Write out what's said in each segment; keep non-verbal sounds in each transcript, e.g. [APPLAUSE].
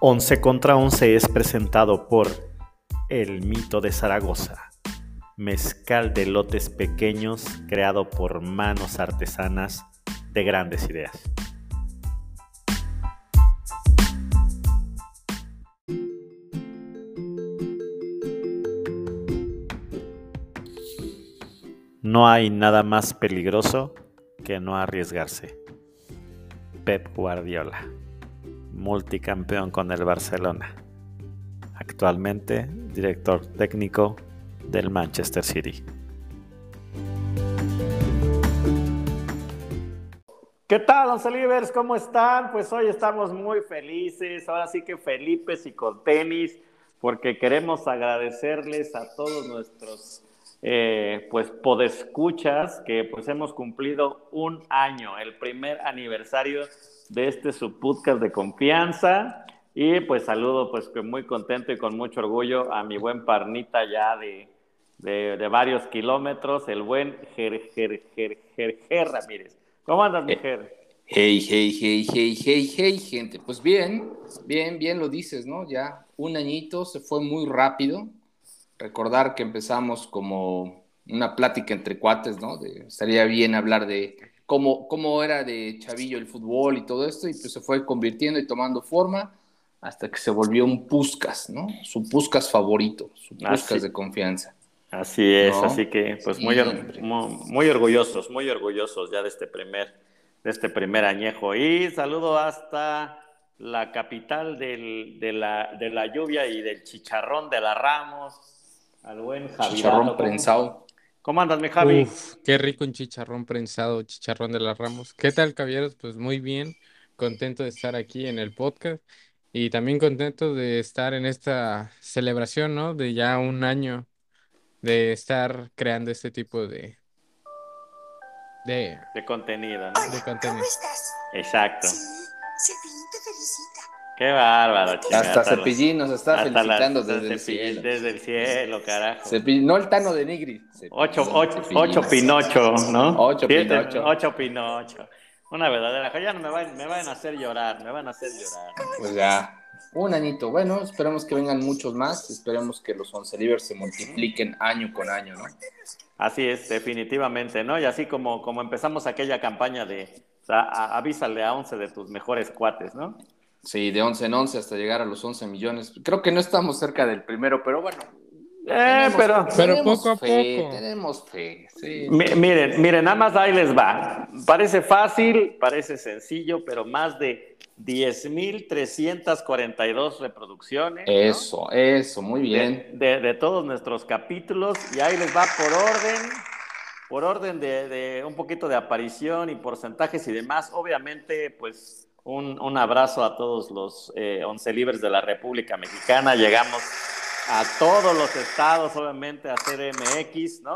Once contra 11 es presentado por El Mito de Zaragoza, mezcal de lotes pequeños creado por manos artesanas de grandes ideas. No hay nada más peligroso que no arriesgarse. Pep Guardiola multicampeón con el Barcelona. Actualmente director técnico del Manchester City. ¿Qué tal, Oncelivers? ¿Cómo están? Pues hoy estamos muy felices, ahora sí que Felipe y con tenis, porque queremos agradecerles a todos nuestros eh, pues podescuchas que pues hemos cumplido un año, el primer aniversario de este su podcast de confianza. Y pues saludo pues muy contento y con mucho orgullo a mi buen parnita ya de, de, de varios kilómetros, el buen Ger, Ger, Ger, Ger, Ger Ramírez. ¿Cómo andas, mi Ger? Hey, hey, hey, hey, hey, hey, gente. Pues bien, bien, bien lo dices, ¿no? Ya un añito se fue muy rápido. Recordar que empezamos como una plática entre cuates, ¿no? De, estaría bien hablar de Cómo, cómo, era de chavillo el fútbol y todo esto, y pues se fue convirtiendo y tomando forma hasta que se volvió un Puscas, ¿no? Su Puscas favorito, su Puscas así, de confianza. Así es, ¿no? así que pues sí, muy, muy, muy, orgullosos, muy orgullosos ya de este primer, de este primer añejo. Y saludo hasta la capital del, de, la, de la lluvia y del chicharrón de la Ramos, al buen Javier. Chicharrón prensado. ¿Cómo andas, mi Javi? Uf, qué rico un chicharrón prensado, chicharrón de las Ramos. ¿Qué tal, caballeros? Pues muy bien, contento de estar aquí en el podcast y también contento de estar en esta celebración, ¿no? De ya un año de estar creando este tipo de... De, de contenido, ¿no? Hola, de contenido. ¿cómo estás? Exacto. Sí, Cepillín te felicita. Qué bárbaro, chica. Hasta, hasta Cepillín nos está hasta felicitando la, desde, Cepillín, el cielo. Desde el cielo, carajo. Cepillín, no el Tano de Nigri. Cepillín, ocho, ocho, ocho, Pinocho, ¿no? Ocho Pinocho. Ocho Pinocho. Una verdadera joya, me van, me van a hacer llorar, me van a hacer llorar. Pues ya, un añito. Bueno, esperemos que vengan muchos más. Esperemos que los Once Libres se multipliquen año con año, ¿no? Así es, definitivamente, ¿no? Y así como, como empezamos aquella campaña de o sea, a, avísale a 11 de tus mejores cuates, ¿no? Sí, de 11 en 11 hasta llegar a los 11 millones. Creo que no estamos cerca del primero, pero bueno. Eh, pero, fe, pero poco a fe, poco. Tenemos fe. Sí. Miren, miren, nada más ahí les va. Parece fácil, parece sencillo, pero más de 10.342 reproducciones. Eso, ¿no? eso, muy bien. De, de, de, todos nuestros capítulos, y ahí les va por orden, por orden de, de un poquito de aparición y porcentajes y demás. Obviamente, pues un, un, abrazo a todos los eh, once libres de la República Mexicana. Llegamos a todos los estados, obviamente, a CDMX, ¿no?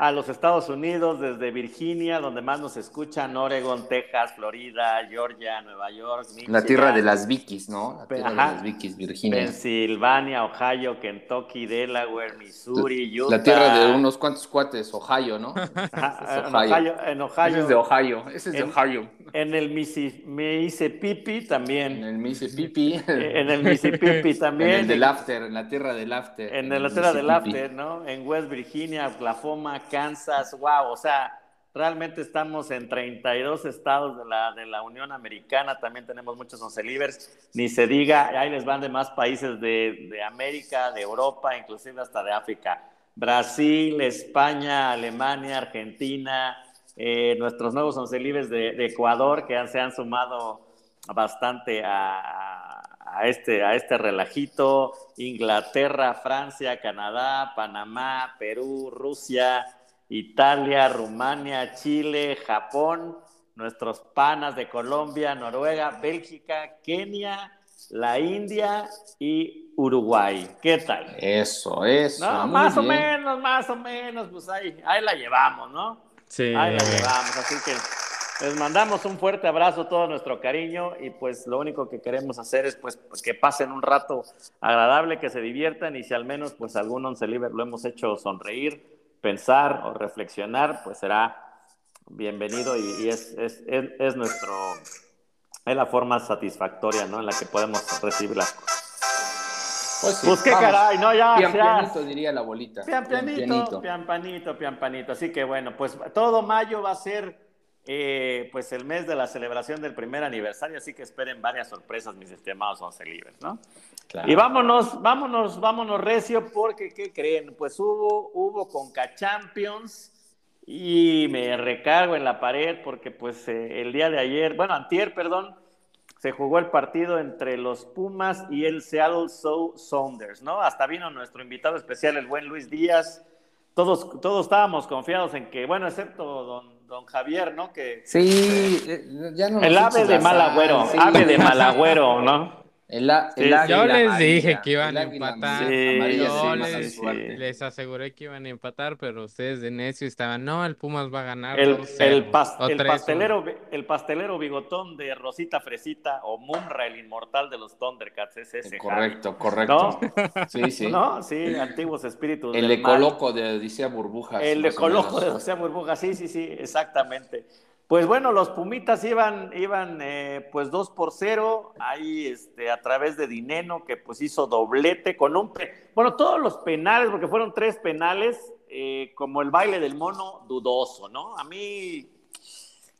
A los Estados Unidos, desde Virginia, donde más nos escuchan, Oregon, Texas, Florida, Georgia, Nueva York. Michigan, la tierra de las Vikis, ¿no? La tierra ajá, de las Vikis, Virginia. Pensilvania, Ohio, Kentucky, Delaware, Missouri, la, Utah. La tierra de unos cuantos cuates, Ohio, ¿no? Ajá, es Ohio. En Ohio. En Ohio. Ese es de Ohio. Ese es de Ohio. En, en el Mississippi Misi también. En el Mississippi. [LAUGHS] [LAUGHS] en Eh, el Mississippi también. en el del After, en la tierra del After. En, en la tierra del After, ¿no? En West Virginia, Oklahoma, Kansas, wow, o sea, realmente estamos en 32 estados de la, de la Unión Americana, también tenemos muchos once libres, ni se diga, ahí les van de más países de, de, América, de Europa, inclusive hasta de África, Brasil, España, Alemania, Argentina, eh, nuestros nuevos once libres de, de Ecuador que han, se han sumado bastante a, a, este, a este relajito, Inglaterra, Francia, Canadá, Panamá, Perú, Rusia, Italia, Rumania, Chile, Japón, nuestros panas de Colombia, Noruega, Bélgica, Kenia, la India y Uruguay. ¿Qué tal? Eso, eso. No, muy más o bien. menos, más o menos, pues ahí, ahí la llevamos, ¿no? Sí. Ahí la llevamos, así que les mandamos un fuerte abrazo, todo nuestro cariño y pues lo único que queremos hacer es pues, pues, que pasen un rato agradable, que se diviertan y si al menos pues algún once libre lo hemos hecho sonreír, pensar o reflexionar, pues será bienvenido y, y es, es, es- es nuestro, es la forma satisfactoria, ¿no? En la que podemos recibir las cosas. Pues, sí, Pues qué vamos. caray, no, ya, Pian ya. pianito, diría la abuelita. Pian pianito, pianito. pian panito, pian panito. Así que bueno, pues todo mayo va a ser eh, pues el mes de la celebración del primer aniversario, así que esperen varias sorpresas, mis estimados once libres, ¿no? Claro. Y vámonos, vámonos, vámonos recio, porque ¿qué creen? Pues hubo, hubo Conca Champions y me recargo en la pared porque pues eh, el día de ayer, bueno, antier, perdón, se jugó el partido entre los Pumas y el Seattle Sou- Sounders, ¿no? Hasta vino nuestro invitado especial, el buen Luis Díaz. Todos, todos estábamos confiados en que, bueno, excepto don, don Javier, ¿no? Que Sí, eh, ya no el nos ave eches de la sal, malagüero, sí. ave de malagüero, ¿no? [LAUGHS] El a- el Sí, águila Yo les amarilla, dije que iban el a águila empatar. amarilla, Sí, amarilla, yo sí, les- mala suerte. Les aseguré que iban a empatar, pero ustedes de necio estaban, no, el Pumas va a ganar. El, 2-0 el, pas- o el 3-1". pastelero, el pastelero bigotón de Rosita Fresita o Mumra, el inmortal de los Thundercats, es Eh, ese. Javi. Correcto, correcto. [LAUGHS] Sí, sí. ¿No? Sí, antiguos espíritus. El del de mal. Coloco de Odisea Burbujas. El de más o Coloco de menos. José Burbuja, sí, sí, sí, exactamente. Pues bueno, los Pumitas iban, iban eh, pues 2 por 0, ahí este, a través de Dineno, que pues hizo doblete con un... pe- Bueno, todos los penales, porque fueron tres penales, eh, como el baile del mono, dudoso, ¿no? A mí,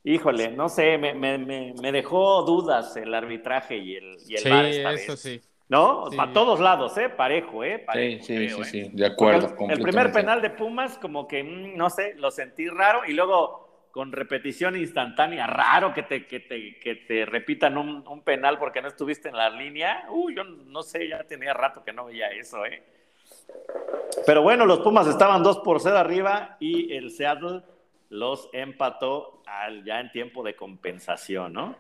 híjole, no sé, me, me- me- me dejó dudas el arbitraje y el, y el Sí, VAR esta eso vez. sí. ¿No? Sí. Para todos lados, ¿eh? Parejo, ¿eh? Sí, Parejo, sí, creo, sí, ¿eh? sí, de Porque acuerdo. el- El, primer penal de Pumas, como que, mm, no sé, lo sentí raro y luego con repetición instantánea, raro que te, que te, que te repitan un, un penal porque no estuviste en la línea. Uy, yo no sé, ya tenía rato que no veía eso, ¿eh? Pero bueno, los Pumas estaban 2 por 0 arriba y el Seattle los empató al, ya en tiempo de compensación, ¿no?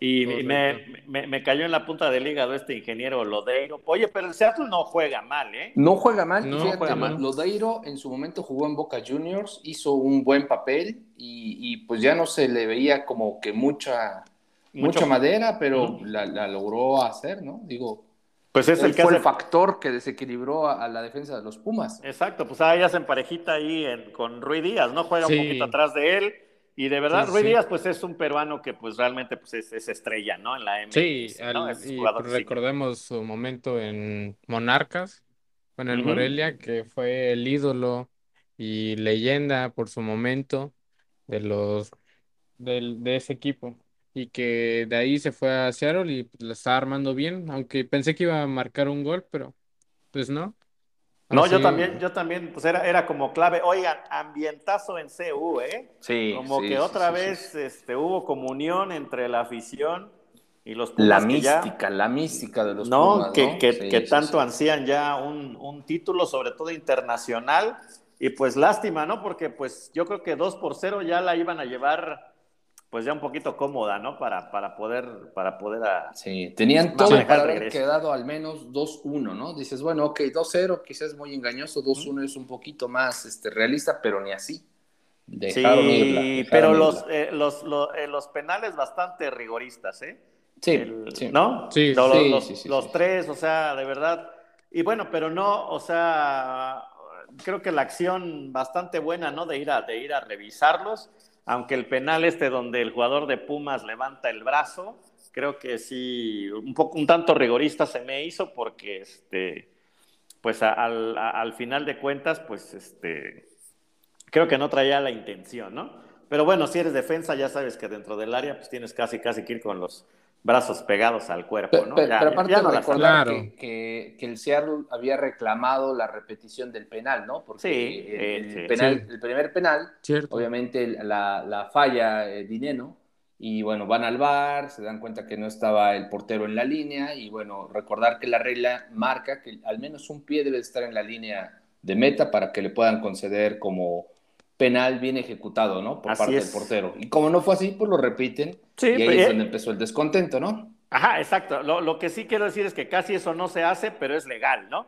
Y me, Correcto. me- me cayó en la punta del hígado este ingeniero Lodeiro. Oye, pero el Seattle no juega mal, ¿eh? No juega mal, No fíjate, juega mal. Lodeiro en su momento jugó en Boca Juniors, hizo un buen papel y, y, pues ya no se le veía como que mucha, Mucho- mucha madera, pero Ujú. la, la logró hacer, ¿no? Digo, Pues es él el que fue hace- el factor que desequilibró a, a la defensa de los Pumas. Exacto, pues ahí hacen parejita ahí en- con Rui Díaz, ¿no? Juega Sí. un poquito atrás de él. Y de verdad, Sí, Rui sí. Díaz, pues es un peruano que pues realmente pues, es, es estrella, ¿no? En la M. Sí, ¿no? al- Es y jugador, sí. recordemos su momento en Monarcas, con el Ujú. Morelia, que fue el ídolo y leyenda por su momento de los del, de ese equipo. Y que de ahí se fue a Seattle y pues, la estaba armando bien, aunque pensé que iba a marcar un gol, pero pues no. No, yo Así- también, yo también, pues era, era como clave. Oigan, ambientazo en CU, ¿eh? Sí, Como sí, que sí, otra sí, sí. vez este, hubo comunión entre la afición y los La Pumas que ya- mística, la mística de los no, Pumas, que, ¿no? que- Sí, que sí, tanto sí. ansían ya un, un título, sobre todo internacional. Y pues lástima, ¿no? Porque pues yo creo que 2 por 0 ya la iban a llevar pues ya un poquito cómoda, ¿no? Para, para poder, para poder a- Sí, tenían Más todo manejar para de haber regreso. quedado al menos 2-1, ¿no? Dices, bueno, ok, 2-0 quizás es muy engañoso, 2-1 es un poquito más este, realista, pero ni así. Dejaron sí, irla, dejaron pero irla. los, eh, los, lo- eh, los penales bastante rigoristas, ¿eh? Sí, El- sí. ¿No? Sí, No, los, sí, los- sí, sí, los sí. tres, o sea, de verdad. Y bueno, pero no, o sea, creo que la acción bastante buena, ¿no? De ir a, de ir a revisarlos, aunque el penal este donde el jugador de Pumas levanta el brazo, creo que sí, un poco, un tanto rigorista se me hizo porque, este, pues a- al, a- al final de cuentas, pues, este, creo que no traía la intención, ¿no? Pero bueno, si eres defensa, ya sabes que dentro del área, pues tienes casi, casi que ir con los brazos pegados al Pe- cuerpo, pe- ¿no? Pero, Ya- aparte ya no la recordar sacaron. que, que- que el Seattle había reclamado la repetición del penal, ¿no? Porque Sí, el, eh, el sí. penal- Sí. el primer penal Cierto. obviamente la, la falla eh, Dineno y bueno, van al bar, se dan cuenta que no estaba el portero en la línea y bueno, recordar que la regla marca que al menos un pie debe estar en la línea de meta para que le puedan conceder como penal bien ejecutado, ¿no? Por Así parte es. del portero. Y como no fue así, pues lo repiten. Sí, pues, eh. y ahí pero- es donde empezó el descontento, ¿no? Ajá, exacto. Lo, lo que sí quiero decir es que casi eso no se hace, pero es legal, ¿no?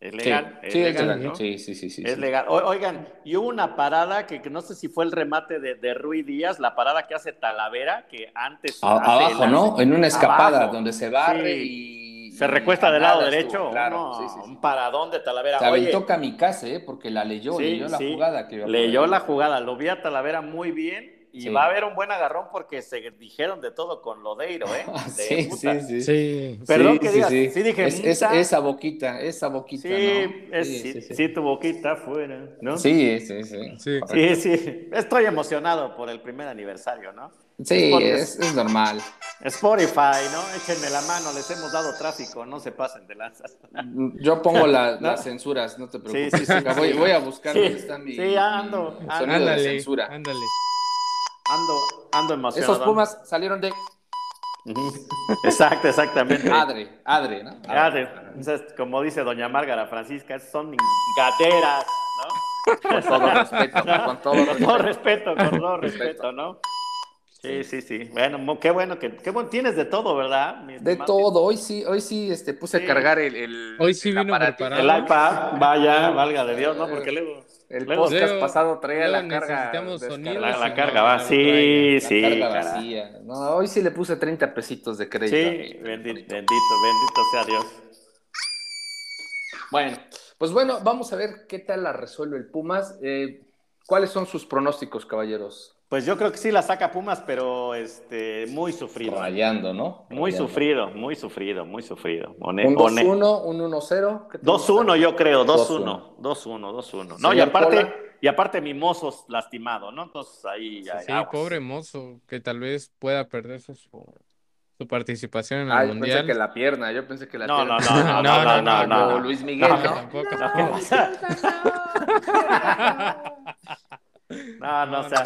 Es legal. sí, es sí, es legal, legal, ¿no? sí, sí, sí, sí, Es sí. legal. O- oigan, y hubo una parada que, que no sé si fue el remate de, de Rui Díaz, la parada que hace Talavera, que antes. A- hace abajo, la- ¿no? En una escapada Abajo. donde se barre y. Se recuesta del lado nada estuvo, derecho. claro, uno, sí, sí, sí. Un paradón de Talavera. Se Oye, aventó Kamikaze, ¿eh? porque la leyó, Sí, leyó la sí. jugada que iba a leyó poner. la jugada, lo vi a Talavera muy bien y Sí. va a haber un buen agarrón porque se dijeron de todo con Lodeiro, ¿eh? [LAUGHS] [LAUGHS] Ah, De sí, puta. sí, sí. Sí, Perdón Sí, que sí, digas, sí, sí. dije. Es- es- "Muta". esa boquita, esa boquita, Sí, ¿no? es- sí, sí, tu boquita afuera, ¿no? Sí, sí, sí. Sí. Correcto. sí, sí. Estoy emocionado por el primer aniversario, ¿no? Sí, Porque- es, es normal. Spotify, ¿no? Échenme la mano, les hemos dado tráfico, no se pasen de lanzas. Yo pongo la- [LAUGHS] No. las censuras, no te preocupes. sí, sí, Acá [LAUGHS] sí. voy, voy a buscar Sí, dónde está mi, sí, ya ando, mi ando. sonido de ándale, censura. ándale. Ando, ando emocionado. Esos Pumas salieron de Ujú. Exacto, exactamente. Adre, Adre, ¿no? Ah, de- entonces, como dice doña Márgara Francisca, son gaderas, [LAUGHS] ¿no? Con todo respeto, con todo Con respeto. todo respeto, con todo respeto, ¿no? Sí, sí, sí. Bueno, mo- qué bueno que, qué bueno, tienes de todo, ¿verdad? mi De estimado? todo, hoy sí, hoy sí este, puse Sí. a cargar el, el- Hoy sí el vino aparatito. El preparado. iPad, vaya, valga de Dios, ¿no? Porque luego. El Luego- podcast Luego- pasado traía la luego carga. necesitamos descargada. sonido, La, la Sí, carga no, va, no sí, traigan. sí, carga caray. vacía. No, hoy sí le puse 30 pesitos de crédito. a Sí, mi- bendito, bendito, bendito sea Dios. Bueno, pues bueno, vamos a ver qué tal la resuelve el Pumas. Eh, ¿Cuáles son sus pronósticos, caballeros? Pues yo creo que sí la saca Pumas, pero este, muy sufrido. Rayando, ¿no? Muy Rayando. sufrido, muy sufrido, muy sufrido. Hone- Un hone- 2-1, un 1-0. ¿qué te 2-1 gusta? yo creo, 2-1, 2-1. 2-1, 2-1. No, y Señor aparte, Pola. y aparte mimosos lastimado, ¿no? Entonces ahí ya. Sí, pues. pobre mozo, que tal vez pueda perder su, su participación en el Ah, yo mundial. pensé que la pierna, yo pensé que la No, no, pierna. [LAUGHS] no, no, no, no, no, Como no. Luis Miguel, ¿no? [LAUGHS] No, tampoco. [LAUGHS] No, o sea, [LAUGHS] no, no, o sea,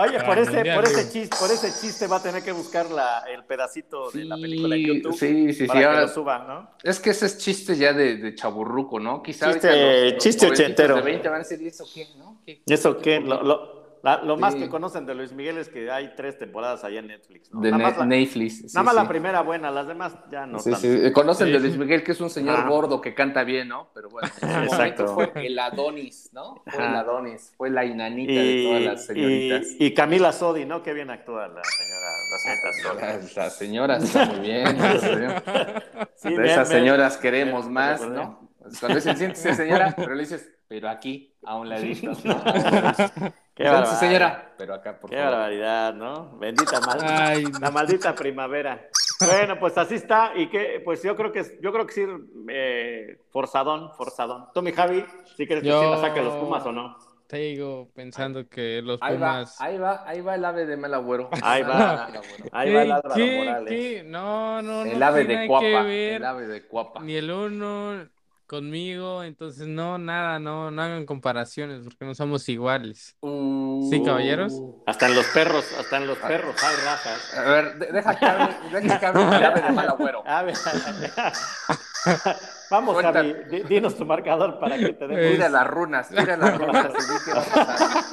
Oye, Para por el ese, Mundial, por ese digo. chiste, por ese chiste va a tener que buscar la, el pedacito de la Sí, película en YouTube sí, sí, para sí, que ahora- lo suba, ¿no? Es que ese es chiste ya de, de chaburruco, ¿no? Quizás Chiste- chiste ochentero. De 20 van a decir, ¿y eso qué, no? ¿Qué- ¿Y eso qué? Lo, lo- la- lo más Sí. que conocen de Luis Miguel es que hay tres temporadas allá en Netflix. ¿no? De nada más, Ne- la, Netflix. sí, nada más sí. la primera buena, las demás ya no. Sí, tanto. sí. Conocen de Sí. Luis Miguel, que es un señor Ajá. gordo que canta bien, ¿no? Pero bueno, en su Exacto. momento fue el Adonis, ¿no? Fue el Ajá. Adonis, fue la inanita de Y, todas las señoritas. y- y Camila Sodi, ¿no? Qué bien actúa la señora, la señorita Sodi. Las las señoras, está muy bien. [LAUGHS] la señora. Sí, de me- esas me- señoras queremos me- más, me acordé. ¿no? Cuando dicen, [LAUGHS] siéntese, señora, pero le dices, pero aquí, a un ladito. ¿no? Siéntese, Qué barbaridad, señora, pero acá, por Qué favor. barbaridad, ¿no? Bendita maldita. Ay, La maldita primavera. Bueno, pues así está. Y que, pues yo creo que yo creo que sí, eh, forzadón, forzadón. Tú, mi Javi, si quieres que Yo- sí la saque los Pumas o no. te digo, pensando que los Ahí va, Pumas. ahí va, ahí va el ave de mal agüero. Ahí va. El ave de mal agüero. Ahí va el ¿Qué? Álvaro ¿Qué? Morales. ¿Qué? No, no, no. [LAUGHS] El ave tiene de nada que cuapa, ver el ave de cuapa. Ni el uno conmigo, entonces no, nada, no, no hagan comparaciones porque no somos iguales. Uh. Sí, caballeros. Hasta en los perros, hasta en los perros hay razas. A ver, de- deja que hable, deja que hable el ave de mal agüero. Ah, A ver. [LAUGHS] Vamos, Javi, Cuéntame. di- dinos tu marcador para que te demos. pues. Mira las runas, mira las runas. y di qué va a pasar.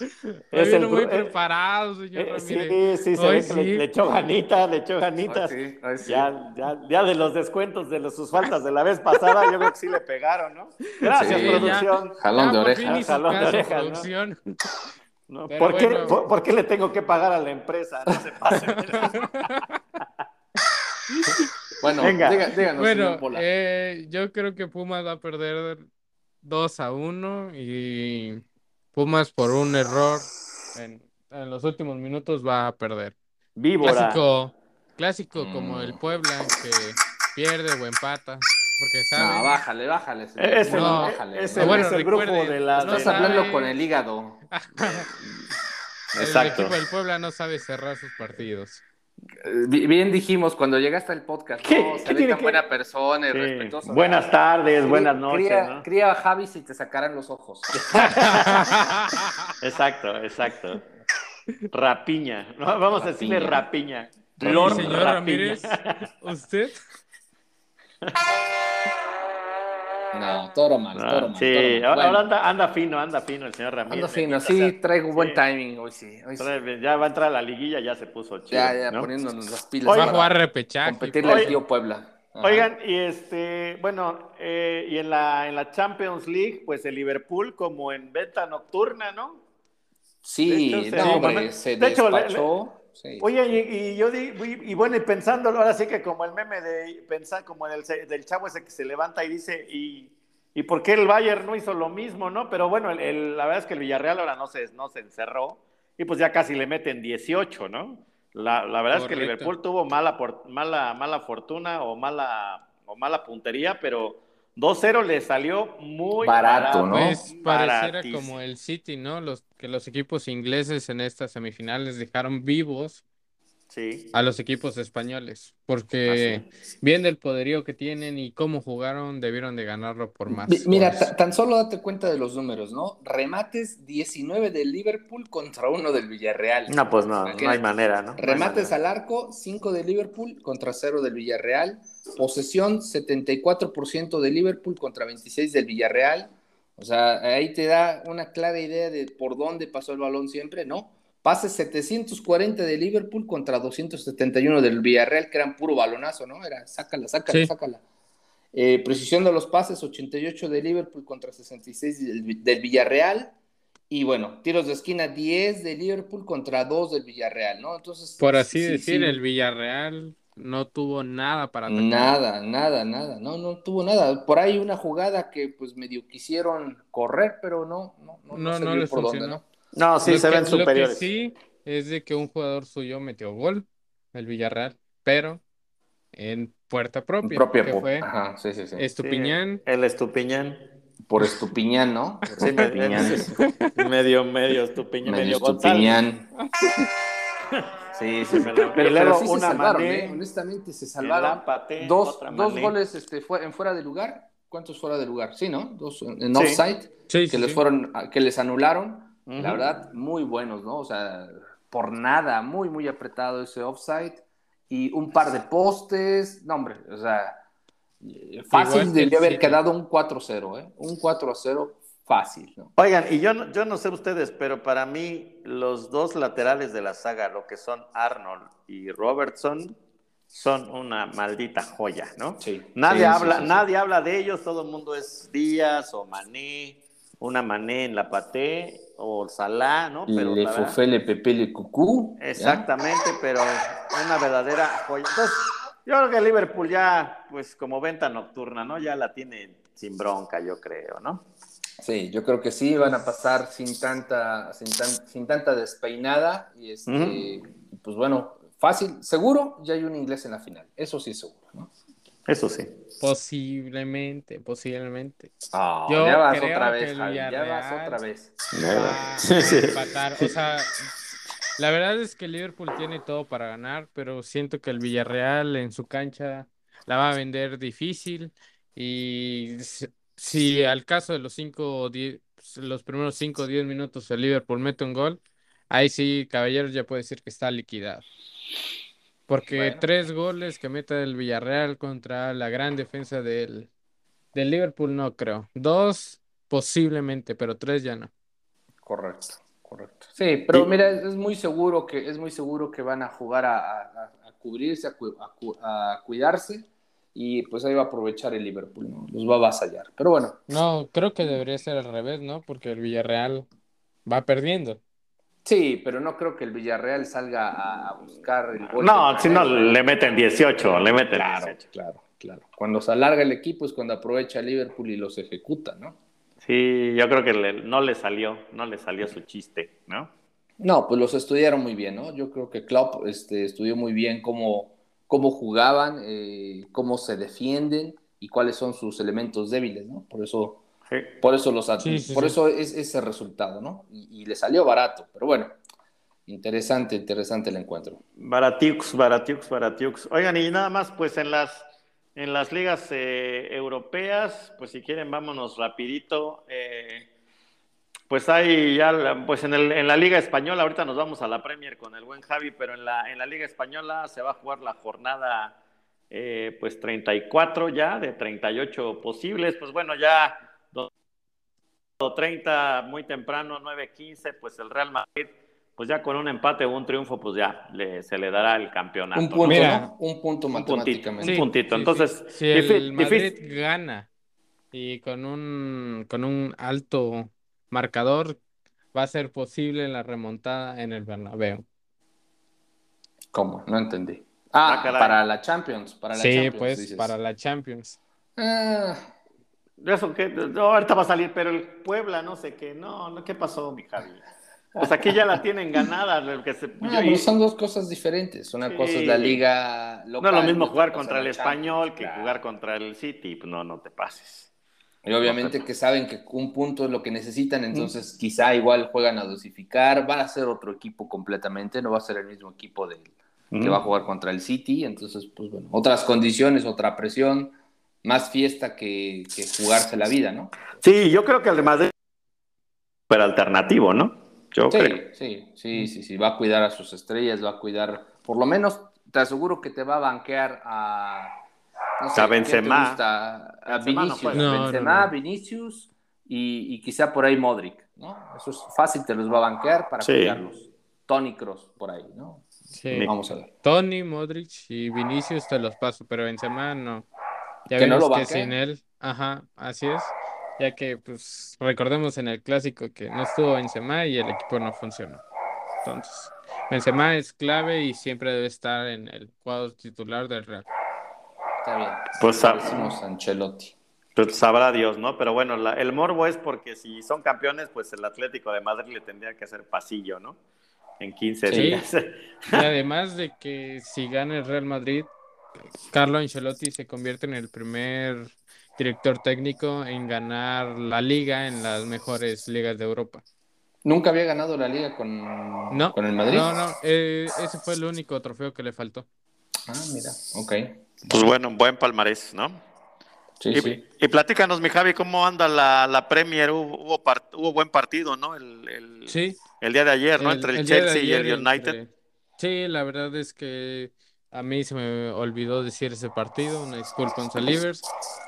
Hoy Es el vino muy gru- eh, preparado, señor Eh, Ramírez. sí, sí, se Hoy ve que le- sí. le, echó ganita, le echó ganitas. Ay, sí, ay, sí. Ya, ya, ya de los descuentos de los- sus faltas de la vez pasada, yo creo que sí le pegaron, ¿no? Gracias, Sí, ya. producción. Jalón de Ya por fin orejas. hizo Jalón de caso, orejas, ¿no? producción. No, Pero ¿por, qué, bueno. por, por qué le tengo que pagar a la empresa? No se pase. Bueno, Venga. diga- díganos, Bueno, señor Pola. eh, yo creo que Pumas va a perder 2 a 1 y Pumas por un error en, en los últimos minutos va a perder. Víbora. Clásico, clásico como el Mm. Puebla que pierde o empata, porque No, sabe. bájale, bájale. señor. Es el, No, es no, el- bueno, es el grupo recuerden, de la. no de Estás la- sabe- Ah. hablando con el hígado. el equipo del Puebla no sabe cerrar sus partidos. Eh, bi- Bien dijimos cuando llegaste al podcast. ¿Qué- ¿no? qué Se ve tiene tan que- buena persona y Sí. respetuosa. Buenas tardes, buenas noches. Cría, ¿no? cría a Javi si te sacarán los ojos. Exacto, exacto. Rapiña. ¿no? Vamos a decirle rapiña. Ah, Lord señor Rapiña. Ramírez, usted [LAUGHS] No, toro mal, Ah, toro mal. sí, toro mal. ahora, Bueno, ahora anda, anda fino, anda fino el señor Ramírez. ando fino, O sí, sea, traigo buen sí. timing hoy sí. hoy sí. trae- Ya va a entrar a la liguilla, ya se puso chido. Ya, ya, ¿no? poniéndonos las pilas. Va a para jugar repechaje. Competirle Oye. al tío Puebla. Ajá. Oigan, y este, bueno, eh, y en la, en la Champions League, pues el Liverpool como en venta nocturna, ¿no? Sí, de hecho, no, sí, hombre, mamá. se De hecho, le- despachó. sí. Oye, y, y yo di, y y bueno, y pensándolo, ahora sí que como el meme de pensar como en el se- del chavo ese que se levanta y dice, y, y por qué el Bayern no hizo lo mismo, ¿no? Pero bueno, el- el- la verdad es que el Villarreal ahora no se, no se encerró y pues ya casi le meten 18, ¿no? La, la verdad es que Correcto. Liverpool tuvo mala, por- mala, mala fortuna o mala, o mala puntería, pero 2-0 le salió muy Barato, ¿no? Pues pareciera Baratísimo. como el City, ¿no? Los que los equipos ingleses en estas semifinales dejaron vivos Sí. a los equipos españoles, porque viendo el poderío que tienen y cómo jugaron, debieron de ganarlo por más. Mi- Mira, goles. ta- tan solo date cuenta de los números, ¿no? Remates 19 del Liverpool contra uno del Villarreal. No, pues no, Porque no hay manera, ¿no? No hay Remates manera. al arco, 5 de Liverpool contra 0 del Villarreal. Posesión, 74% de Liverpool contra 26 del Villarreal. O sea, ahí te da una clara idea de por dónde pasó el balón siempre, ¿no? Pases 740 de Liverpool contra 271 del Villarreal, que eran puro balonazo, ¿no? Era sácala, sácala, Sí. sácala. Eh, precisión de los pases, 88 de Liverpool contra 66 del, del Villarreal. Y bueno, tiros de esquina, 10 de Liverpool contra 2 del Villarreal, ¿no? Entonces, Por así sí, decir, sí. el Villarreal no tuvo nada para atacar. Nada, nada, nada. No, no tuvo nada. Por ahí una jugada que pues medio quisieron correr, pero no, no, no, no, No, no se vio les por dónde, funcionó. ¿no? No, sí, Lo se que- ven lo que superiores. sí es de que un jugador suyo metió gol, el Villarreal, pero en puerta propia, Propia que pu- fue Ajá, sí, sí, sí. Estupiñán. Sí, el [LAUGHS] Estupiñán. Por Estupiñán, ¿no? Por Sí, me- Estupiñán. [LAUGHS] medio, medio Estupiñán, medio, Medio Estupiñán. Estupiñán. [LAUGHS] Sí, sí. Me la- Pero, y luego pero sí se una salvaron, Mané, ¿eh? Honestamente, se salvaron. Salvaron Dos, dos goles este, fue- en fuera de lugar. ¿Cuántos fuera de lugar? Sí, ¿no? Dos en en Sí. offside. Sí, que sí, les sí. fueron que les anularon Ujú. la verdad muy buenos no o sea por nada muy muy apretado ese offside y un par de postes no hombre o sea eh, Igual fácil que el debió haber City. quedado un 4-0 ¿eh? un 4-0 fácil ¿no? Oigan, y yo no, yo no sé ustedes, pero para mí los dos laterales de la saga, lo que son Arnold y Robertson, son una maldita joya, ¿no? sí Nadie Sí, sí, habla, sí, sí. nadie habla de ellos, todo el mundo es Díaz o Mané, una Mané en la Paté o Salah, ¿no? Pero le la verdad- fofé le pepe le cucú ¿ya? Exactamente, pero una verdadera joya. Entonces, yo creo que Liverpool ya, pues como venta nocturna, ¿no? Ya la tiene sin bronca, yo creo, ¿no? sí yo creo que sí van a Pues pasar sin tanta sin, tan- sin tanta despeinada y este pues bueno fácil seguro ya hay un inglés en la final eso sí es seguro ¿no? Eso sí. Posiblemente, posiblemente. Ah, Yo ya vas creo otra que vez, el Javi, ya vas Villarreal- otra vez. va [LAUGHS] a empatar. O sea, la verdad es que el Liverpool tiene todo para ganar, pero siento que el Villarreal en su cancha la va a vender difícil. Y si- si al caso de los cinco o die- pues, los primeros 5 o 10 minutos el Liverpool mete un gol, ahí sí, Caballeros ya puede decir que está liquidado. Porque Bueno. tres goles que meta el Villarreal contra la gran defensa del, del Liverpool, no creo. Dos, posiblemente, pero tres ya no. Correcto, correcto. Sí, pero Y- mira, es es muy seguro que es muy seguro que van a jugar a, a- a- a cubrirse, a, cu- a cu- a cuidarse y pues ahí va a aprovechar el Liverpool, ¿no? Los va a avasallar. Pero bueno, No, creo que debería ser al revés, ¿no? Porque el Villarreal va perdiendo. sí, pero no creo que el Villarreal salga a, a buscar el gol. No, contra si no, ellos. le meten 18, le meten claro, 18. claro, claro. Cuando se alarga el equipo es cuando aprovecha el Liverpool y los ejecuta, ¿no? Sí, yo creo que le- no le salió, no le salió su chiste, ¿no? No, pues los estudiaron muy bien, ¿no? Yo creo que Klopp este, estudió muy bien cómo, cómo jugaban, eh, cómo se defienden y cuáles son sus elementos débiles, ¿no? Por eso, Sí. por eso los at- Sí, sí, por sí. eso es ese resultado, ¿no? Y, y le salió barato, pero bueno, interesante, interesante el encuentro. Baratiux, baratiux, baratiux. Oigan, y nada más, pues en las, en las ligas eh, europeas, pues si quieren, vámonos rapidito. eh, pues hay ya, la- pues en, el- en la Liga Española, ahorita nos vamos a la Premier con el buen Javi, pero en la, en la Liga Española se va a jugar la jornada eh, pues 34 ya de 38 posibles, pues bueno, ya 30 muy temprano, 9-15, pues el Real Madrid, pues ya con un empate o un triunfo, pues ya le, se le dará el campeonato. Un ¿no? punto, Mira. ¿no? Un punto Ah, pues Un puntito, matemáticamente. un puntito. Entonces, si difí- el Madrid difícil. gana y con un, con un alto marcador, va a ser posible la remontada en el Bernabéu. ¿Cómo? No entendí. Ah, Ah, caray. para la Champions, para la Sí, Champions, pues, dices. para la Champions. Ah, Eso que no, ahorita va a salir, pero el Puebla, no sé qué, no, no, ¿qué pasó, mi Javi? Pues aquí ya la tienen ganada. lo que se- no, yo- pero son dos cosas diferentes. Una Sí. cosa es la liga no local. es lo mismo y otra jugar cosa contra la el Champions, español que claro. jugar contra el City, pues no, no te pases. Y obviamente que saben que un punto es lo que necesitan, entonces quizá igual juegan a dosificar, va a ser otro equipo completamente, no va a ser el mismo equipo del Mm. que va a jugar contra el City, entonces pues bueno, otras condiciones, otra presión, más fiesta que, que jugarse la vida, ¿no? Sí, yo creo que el de Madrid pero alternativo, ¿no? Yo Sí, creo. sí, sí, sí, sí, va a cuidar a sus estrellas, va a cuidar, por lo menos te aseguro que te va a banquear a, no A ¿quién te Benzema. gusta? A Benzema no Vinicius, juega. No, no, Benzema, no. Vinicius y, y quizá por ahí Modric, ¿no? Eso es fácil, te los va a banquear para Sí. cuidarlos. Tony Cross por ahí, ¿no? Sí. Vamos a ver. Tony, Modric y Vinicius te los paso, pero Benzema no. Ya Que no vimos lo que banquee. sin él, ajá, así es. Ya que, pues, recordemos en el clásico que no estuvo Benzema y el equipo no funcionó. Entonces, Benzema es clave y siempre debe estar en el cuadro titular del Real. Está bien. Pues a- Decimos Ancelotti. Pues sabrá Dios, ¿no? Pero bueno, la- el morbo es porque si son campeones, pues el Atlético de Madrid le tendría que hacer pasillo, ¿no? En 15 Sí. días. Y además de que si gana el Real Madrid, Carlo Ancelotti se convierte en el primer director técnico en ganar la liga en las mejores ligas de Europa. Nunca había ganado la liga con, No, con el Madrid. no, no, eh, ese fue el único trofeo que le faltó. Ah, mira, ok. Pues bueno, buen palmarés, ¿no? Sí, y, sí. y platícanos, mi Javi, ¿cómo anda la, la Premier? Hubo, hubo par- hubo buen partido, ¿no? El, el- Sí, el día de ayer, ¿no? Entre el, día de Chelsea y ayer el United. entre- Sí, la verdad es que a mí se me olvidó decir ese partido, una disculpa en Salivers,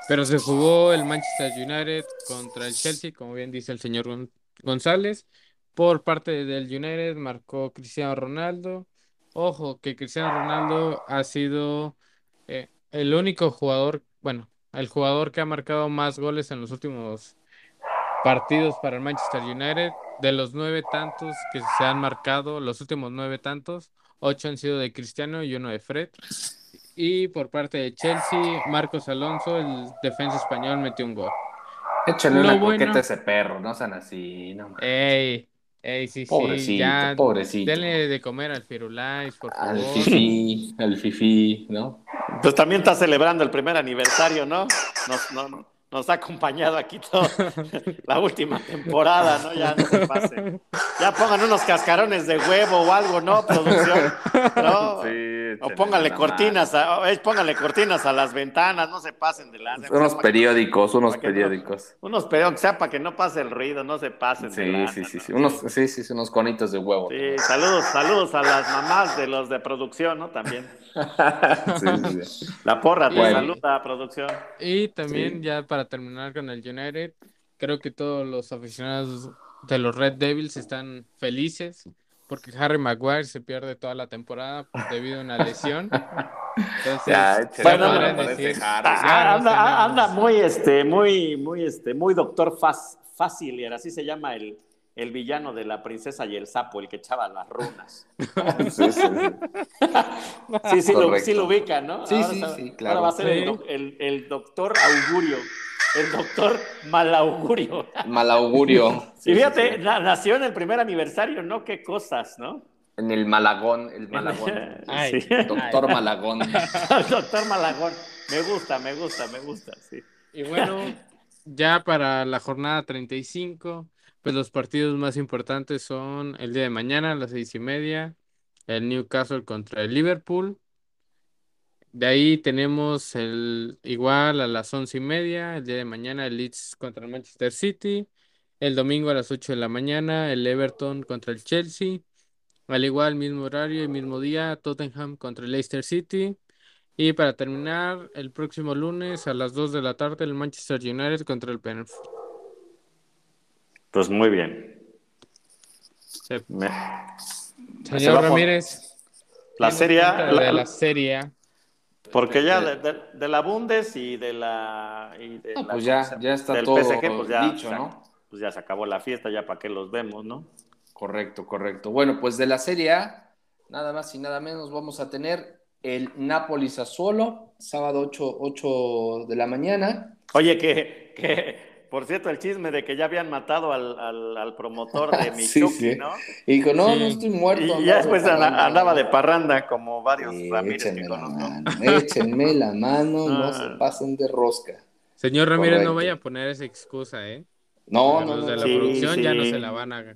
pero se jugó el Manchester United contra el Chelsea, como bien dice el señor Gon- González, por parte del United marcó Cristiano Ronaldo. Ojo, que Cristiano Ronaldo ha sido eh, el único jugador, bueno, el jugador que ha marcado más goles en los últimos partidos para el Manchester United. De los nueve tantos que se han marcado, los últimos nueve tantos, ocho han sido de Cristiano y uno de Fred. Y por parte de Chelsea, Marcos Alonso, el defensa español, metió un gol. Échale Lo una bueno- coqueta a ese perro, no sean así, no. mames. Ey, ey, sí, sí, Pobrecito, ya pobrecito. denle de comer al Firulais, por Al favor. fifi, al fifi, ¿no? Pues también está celebrando el primer aniversario, ¿no? Nos, no- no- nos ha acompañado aquí todo la última temporada, ¿no? Ya no se pase. Ya pongan unos cascarones de huevo o algo, ¿no? Producción. ¿no? o pónganle cortinas, a, o, eh, pónganle cortinas a las ventanas, no se pasen de lanza. Unos Para que- periódicos, unos para que no- periódicos. Unos periódicos, aunque sea para que no pase el ruido, no se pasen de Sí, lanza, sí, sí, ¿no? sí. Unos, sí, sí, sí, unos conitos de huevo. Sí, saludos, saludos a las mamás de los de producción, ¿no? También. Sí, sí, [LAUGHS] sí. La porra te Bueno. saluda a producción. Y también Sí. ya para terminar con el United, creo que todos los aficionados de los Red Devils están felices porque Harry Maguire se pierde toda la temporada debido a una lesión. Entonces, Ya, ¿qué bueno, podrán no me decir? Ah, Ya, no anda, sé, ah, no. anda muy este, muy, muy este, muy doctor Fas- Facilier, así se llama el, el villano de la princesa y el sapo, el que echaba las runas. Sí, sí, sí. Sí, sí, lo, Correcto. sí lo ubica, ¿no? Sí, sí, se- sí, claro. Ahora va a ser el, Sí. doc- el- el doctor augurio, el doctor malaugurio. Mal [LAUGHS] augurio. Y fíjate, Sí, sí, sí. na- nació en el primer aniversario, ¿no? Qué cosas, ¿no? En el Malagón, el Malagón. Ay. [LAUGHS] Sí. Doctor Malagón. [LAUGHS] doctor Malagón. Me gusta, me gusta, me gusta, sí. Y bueno, ya para la jornada 35, pues los partidos más importantes son el día de mañana a las seis y media, el Newcastle contra el Liverpool. De ahí tenemos el igual a las once y media, el día de mañana el Leeds contra el Manchester City. El domingo a las 8 de la mañana, el Everton contra el Chelsea. Al igual, mismo horario y mismo día, Tottenham contra el Leicester City. Y para terminar, el próximo lunes a las 2 de la tarde, el Manchester United contra el Penfield. Pues muy bien. Sí. Me- Se va Señor por- Ramírez. La ¿tiene serie, A, cuenta la- de la serie. A? porque ya de, de- de la Bundes y de la. y de No, la- pues ya, ya está del todo PSG, pues ya, dicho, se- ¿no? pues ya se acabó la fiesta, ya para qué los vemos, ¿no? Correcto, correcto. Bueno, pues de la Serie A, nada más y nada menos, vamos a tener el Napoli Sassuolo, sábado 8, 8 de la mañana. Oye, que, que por cierto, el chisme de que ya habían matado al, al, al promotor de Michuki, [LAUGHS] Sí, sí. ¿no? Y dijo, no, Sí. no estoy muerto. Y andaba ya después parranda, ana- andaba de ¿no? parranda, como varios Sí, Ramírez que échenme la conozco. [LAUGHS] mano, échenme la mano, no Ah. se pasen de rosca. Señor Ramírez, Correcto. no vaya a poner esa excusa, ¿eh? No, Para no, los no. de la Sí, no. producción ya no sí. se la van a.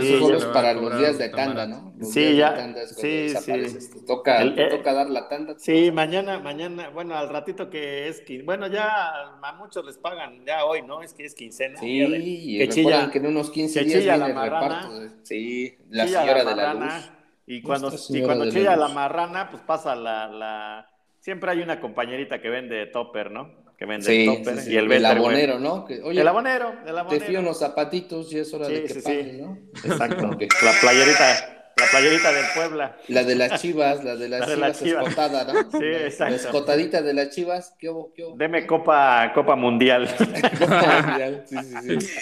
Sí, no se Eso solo la es van a para los cobrar días de los tanda, tamarates. ¿no? Los Sí, días de ya. tanda es cuando Sí, sí. desapareces. Te toca, El- te eh. toca dar la tanda. Sí, mañana, mañana, bueno, al ratito que es, quin- bueno, ya a muchos les pagan, ya hoy, ¿no? Es que es quincena. Sí, día de- y que recuerden chilla- que en unos 15 que días chilla viene la el marrana. reparto. de- sí, la chilla señora de la marrana, luz. Y cuando, Nuestra y Señora cuando de la chilla la, Luz. marrana, pues pasa la, la... Siempre hay una compañerita que vende topper, ¿no? Que vende Sí, topper sí, sí. y el, el Betterware. abonero, ¿no? Que, oye, El abonero, el te abonero. fío unos zapatitos y es hora Sí, de que sí, sí. paguen, ¿no? Exacto. Ok. La playerita, la playerita del Puebla. La de las chivas, [LAUGHS] la de las La de las chivas chivas. escotada, ¿no? Sí, La- exacto. La escotadita de las chivas, ¿qué hubo? [LAUGHS] ¿Qué hubo? [LAUGHS] Deme Copa, Copa Mundial. sí, sí, sí.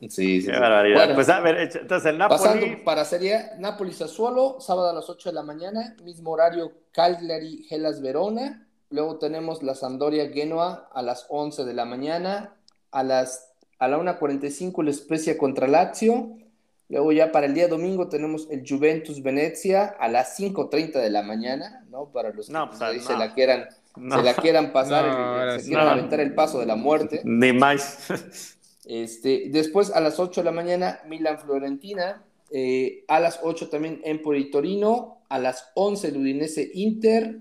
Sí, sí, sí. Qué barbaridad. Bueno, pues a ver, echa- entonces el Pasando Napoli. para Serie Nápoles Sassuolo, sábado a las 8 de la mañana, mismo horario Cagliari Gelas Verona. Luego tenemos la Sampdoria Genoa a las 11 de la mañana, a las a la 1:45 la Spezia contra Lazio. Luego ya para el día domingo tenemos el Juventus Venecia a las 5:30 de la mañana, ¿no? Para los que No, pues, ahí se no. la quieran No, se la quieran pasar, No, el- ahora se sí. quieran No. aventar el paso de la muerte. ni más. Este, después a las 8 de la mañana, Milan Florentina. Eh, a las 8 también Empoli Torino. A las 11 el Udinese Inter.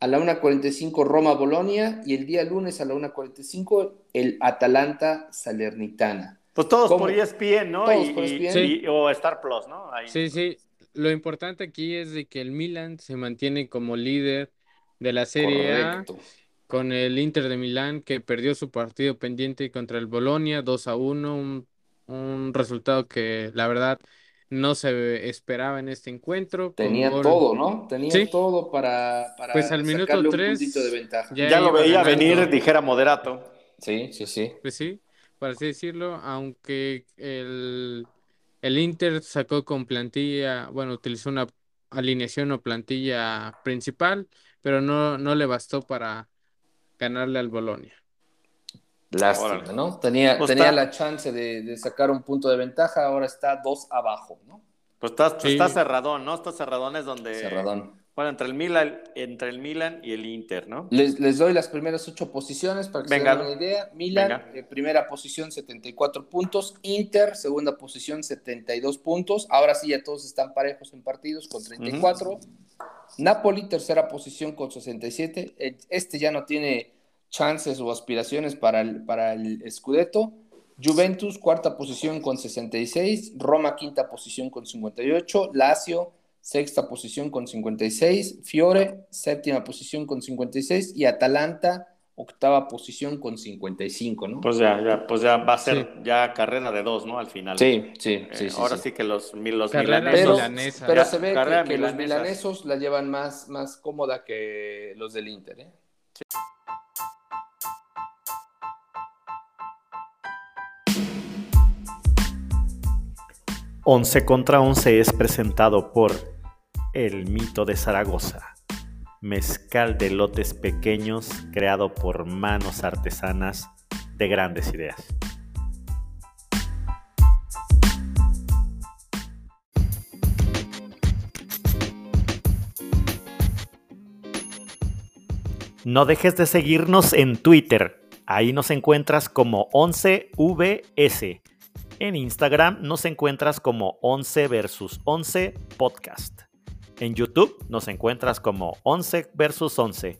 A la 1.45 Roma Bolonia. Y el día lunes a la 1.45 el Atalanta Salernitana. Pues todos ¿Cómo? por ESPN, ¿no? Todos y, por E y- ESPN. y- o Star Plus, ¿no? Ahí. Sí, sí. Lo importante aquí es de que el Milan se mantiene como líder de la Serie A Correcto. con el Inter de Milán que perdió su partido pendiente contra el Bolonia 2 a 1, un, un resultado que la verdad no se esperaba en este encuentro. con Tenía gol- todo, ¿no? Tenía Sí. todo para, para Pues al minuto sacarle un tres, puntito de ventaja. ya- ya lo iba veía ganando. venir, dijera moderato. Sí, sí, sí. Pues sí, por así decirlo, aunque el, el Inter sacó con plantilla, bueno, utilizó una alineación o plantilla principal, pero no, no le bastó para ganarle al Bolonia. Lástima, Órale. ¿no? Tenía, Pues tenía está- la chance de, de sacar un punto de ventaja, ahora está dos abajo, ¿no? Pues está, Sí. está cerradón, ¿no? Está cerradón es donde. Cerradón. Bueno, entre el Milan, entre el Milan y el Inter, ¿no? Les, les doy las primeras ocho posiciones para que Venga. se den una idea. Milan, Venga. eh, primera posición, 74 puntos. Inter, segunda posición, 72 puntos. Ahora sí, ya todos están parejos en partidos con 34. Napoli, tercera posición con 67. Eh, Este ya no tiene chances o aspiraciones para el, para el Scudetto. Juventus, cuarta posición con 66. Roma, quinta posición con 58. Lazio, sexta posición con 56. Fiore, séptima posición con 56. Y Atalanta, octava posición con 55, ¿no? Pues ya, ya, pues ya va a ser Sí. ya carrera de dos, ¿no? Al final. sí, sí, Eh, sí, sí, ahora sí. sí, que los, mi- los Carrera milanesos. Pero, milanesa. pero Ya, se ve carrera que, que los milanesa. milanesos la llevan más, más cómoda que los del Inter, ¿eh? Once contra Once es presentado por El Mito de Zaragoza, mezcal de lotes pequeños creado por manos artesanas de grandes ideas. No dejes de seguirnos en Twitter, ahí nos encuentras como 11VS. En Instagram nos encuentras como 11 versus 11 podcast. En YouTube nos encuentras como 11 versus 11.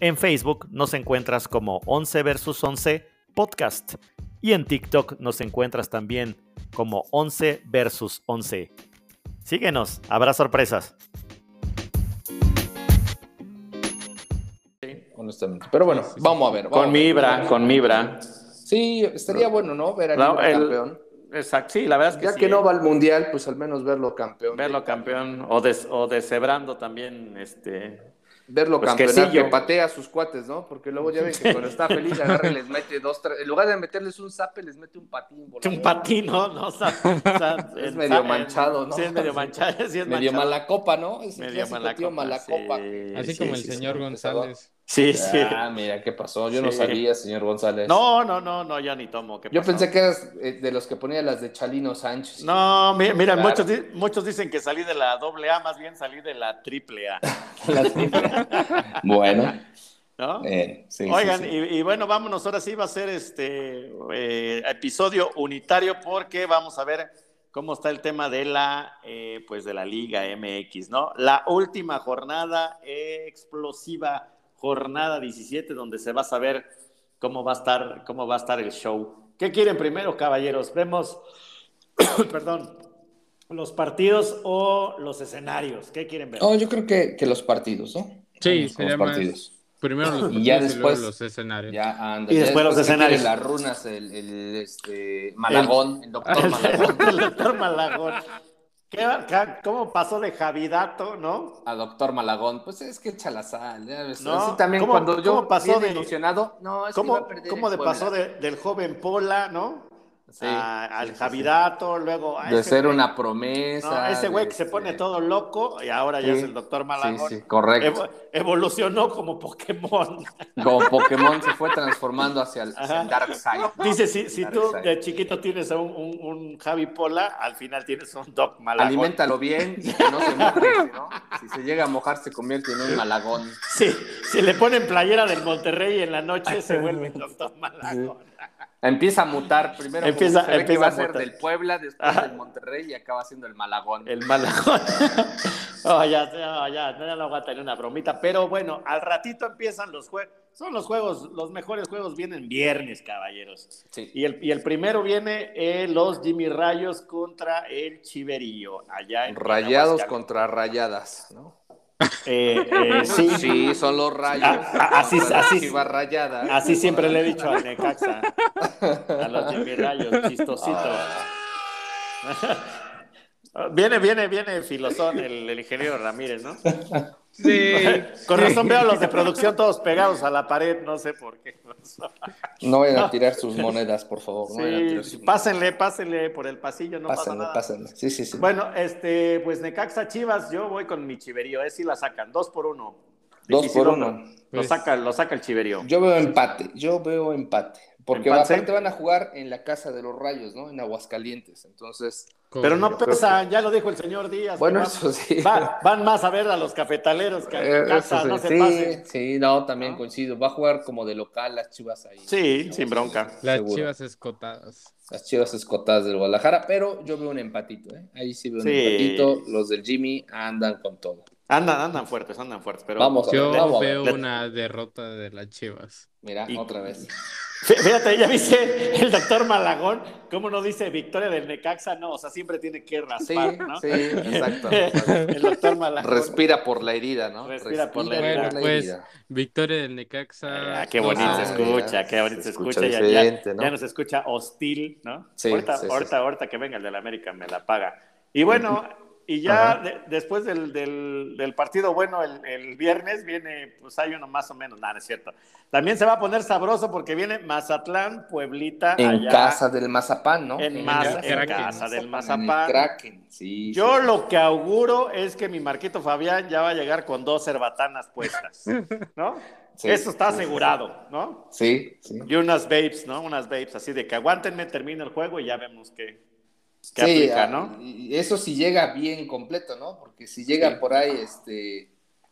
En Facebook nos encuentras como 11 versus 11 podcast. Y en TikTok nos encuentras también como 11 versus 11. Síguenos, habrá sorpresas. honestamente. Pero bueno, Sí, sí, sí. vamos a ver. vamos Con a ver. Mibra, con Mibra. Sí, estaría bueno, ¿no? Ver a No, Libra el- campeón. Exacto, sí, la verdad es que Ya sí, que no ¿eh? va al mundial, pues al menos verlo campeón. verlo campeón o, des, o deshebrando también este Verlo Pues que campeón, sí, que, yo. patea a sus cuates, ¿no? Porque luego ya ven que cuando está feliz, agarra y les mete dos, tres. En lugar de meterles un zape, les mete un patín. volador. [LAUGHS] un patino, ¿no? O sea, o sea, [LAUGHS] Es en- medio en- manchado, ¿no? Sí, es medio manchado, sí es Medio manchado. mala copa, ¿no? Es el medio clásico tío mala copa. malacopa. sí, Así sí, como el sí, señor sí. González. Sí, sí. Ah, mira, ¿qué pasó? Yo no Sí. sabía, señor González. No, no, no, no, yo ni tomo. ¿qué Yo pasó? pensé que eras eh, de los que ponía las de Chalino Sánchez. No, mi- mira, Claro. muchos, di- muchos dicen que salí de la doble A, más bien salí de la [LAUGHS] triple A, Las- [LAUGHS] bueno, ¿no? eh, sí, sí, Oigan, sí. Y, y bueno, vámonos, ahora sí va a ser este eh, episodio unitario porque vamos a ver cómo está el tema de la, eh, pues de la Liga MX, ¿no? La última jornada, eh, explosiva jornada 17, donde se va a saber cómo va a estar, cómo va a estar el show. ¿Qué quieren primero, caballeros? Vemos, [COUGHS] perdón, los partidos o los escenarios. ¿Qué quieren ver? No, yo creo que, que los partidos, ¿no? Sí, Vamos con sería los más- partidos. Primero los Y ya partidos y luego después- los escenarios. Ya, anda, Y ya después los que escenarios. tiene Las runas, el, el, este, Malagón, el, doctor Malagón. [LAUGHS] El doctor Malagón. ¿Qué va- ca- ¿Cómo pasó de Javidato, no? A doctor Malagón, pues es que echa la sal, ya ves. No, Así también ¿cómo- cuando yo cómo pasó bien de- ilusionado, no, es que iba ¿Cómo, a perder cómo el de Puebla. pasó de- del joven Pola, no? Sí, A- al sí, sí, sí. Javidato, luego a De ese ser güey- una no, promesa. ese güey que se de- pone de- todo loco y ahora ya Sí, es el doctor Sí, Malagón. sí, correcto. [LAUGHS] Evo- evolucionó como Pokémon. Como Pokémon se fue transformando hacia el, hacia el Dark Side. [LAUGHS] Dice, si, si tú eh, Darkseid. de chiquito tienes a un, un- un Javi Pola, al final tienes un Doc Malagón. Aliméntalo bien, que no se moje, si ¿no? Si se llega a mojar, se convierte en un malagón. Sí, si le ponen playera del Monterrey en la noche, se vuelve [LAUGHS] el doctor Malagón. Empieza a mutar primero. Empieza- se ve que empieza va a a ser mutar. del Puebla, después del Monterrey y acaba siendo el malagón. El [LAUGHS] malajón. oh, ya, ya, ya, ya no voy a tener una bromita. Pero bueno, al ratito empiezan los juegos. Son los juegos, los mejores juegos vienen viernes, caballeros. Sí. Y el, y el primero viene eh, los Jimmy Rayos contra el Chiverío. Allá en Rayados Aguascalientes. contra rayadas, ¿no? Eh, [LAUGHS] eh, sí, Sí, son los rayos. Ah, ah, así- contra las así- chivas rayadas. Así siempre le he dicho a Necaxa. A los Jimmy Rayos, chistosito. Ah. [LAUGHS] Viene, viene, viene filosón el, el ingeniero Ramírez, ¿no? [LAUGHS] Sí. Con razón veo a los de producción todos pegados a la pared, no sé por qué. No vayan a tirar sus monedas, por favor. No vayan a Sí, tirar sus monedas. pásenle, pásenle por el pasillo, no pasa Pásenle, nada. pásenle. Sí, sí, sí. Bueno, este, pues Necaxa Chivas, yo voy con mi chiverío, eh, si la sacan, dos por uno. Dos Difícil, por ¿no? uno. Lo Pues- saca, lo saca el chiverío. Yo veo empate, yo veo empate. Porque ¿Empate? aparte van a jugar en la casa de los rayos, ¿no? En Aguascalientes. Entonces, Pero no yo creo pesan, ya lo dijo el señor Díaz. bueno, que Ah, va- eso sí. [LAUGHS] va- van más a ver a los cafetaleros que a Eh, Necaxa, eso sí. no se sí, pasen. sí, no, también ¿No? coincido. Va a jugar como de local las chivas ahí. Sí, sin bronca. Las Seguro. chivas escotadas. Las chivas escotadas del Guadalajara, pero yo veo un empatito, ¿eh? Ahí sí veo un Sí. empatito. Los del Jimmy andan con todo. Andan, andan fuertes, andan fuertes, pero Vamos a ver, Yo vamos a ver. veo Le- una derrota de las chivas. Mira, Y- otra vez. Fí- Fíjate, ya viste el doctor Malagón, cómo no dice victoria del Necaxa, no, o sea, siempre tiene que Sí, raspar, ¿no? sí, exacto. [LAUGHS] El doctor Malagón. Respira por la herida, ¿no? Respira por la herida. Pues, herida. Victoria del Necaxa. Ah, qué bonito Ah, se escucha, ya, qué bonito se se escucha escucha. ya, ya- diferente, ¿no? ya nos escucha hostil, ¿no? Sí, ahorita, sí, sí, ahorita, sí. ahorita que venga el de la América me la paga. Y bueno, y ya de- después del, del- del partido bueno el, el viernes viene, pues hay uno más o menos, nada, es cierto. También se va a poner sabroso porque viene Mazatlán, Pueblita. En allá. casa del mazapán, ¿no? En Maz- casa en del casa del en mazapán. el Kraken, sí. Yo sí, sí. lo que auguro es que mi Marquito Fabián ya va a llegar con dos cerbatanas puestas, ¿no? [LAUGHS] Sí, Eso está sí, sí, asegurado, ¿no? Sí, sí. Y unas babes, ¿no? Unas babes, así de que aguántenme, termino el juego y ya vemos qué, qué Sí, aplica, ah, ¿no? y Eso si llega bien completo, ¿no? Porque si llega por ahí, este,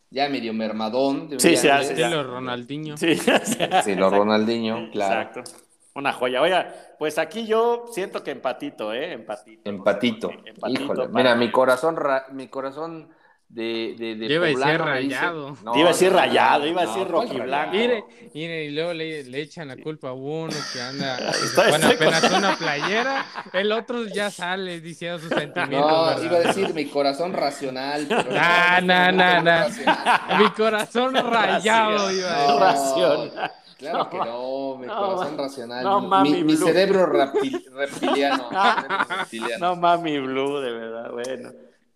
ya medio mermadón. Sí, deberían se de- hace, Sí, ya. los Ronaldinho. Sí, [LAUGHS] Sí, lo Ronaldinho, claro. Exacto. Una joya. Oye, pues aquí yo siento que empatito, ¿eh? Empatito. Empatito. Empatito Híjole, [LAUGHS] para- mira, mi corazón, ra- mi corazón de, de, de Yo iba a decir poblano me dice- rayado. No, Te iba a decir no, no, rayado, iba a no, decir ¿cuál rayado? rojiblanco. Mire, mire, y luego le, le echan la culpa a uno [LAUGHS] que anda que se Estoy- pone estoy apenas una playera, el otro ya sale diciendo sus [LAUGHS] sentimientos. No, ¿verdad? iba a decir mi corazón racional. pero [LAUGHS] no, Nah, no, nah, no, nah, no, nah. racional. [LAUGHS] Mi corazón rayado, iba a No, decir. Racional. Claro No, que no, mi no, corazón racional. no, mi- mami, mi, mi Blue. cerebro reptil- reptiliano. mi cerebro reptiliano. [LAUGHS] No mami Blue, de verdad, bueno.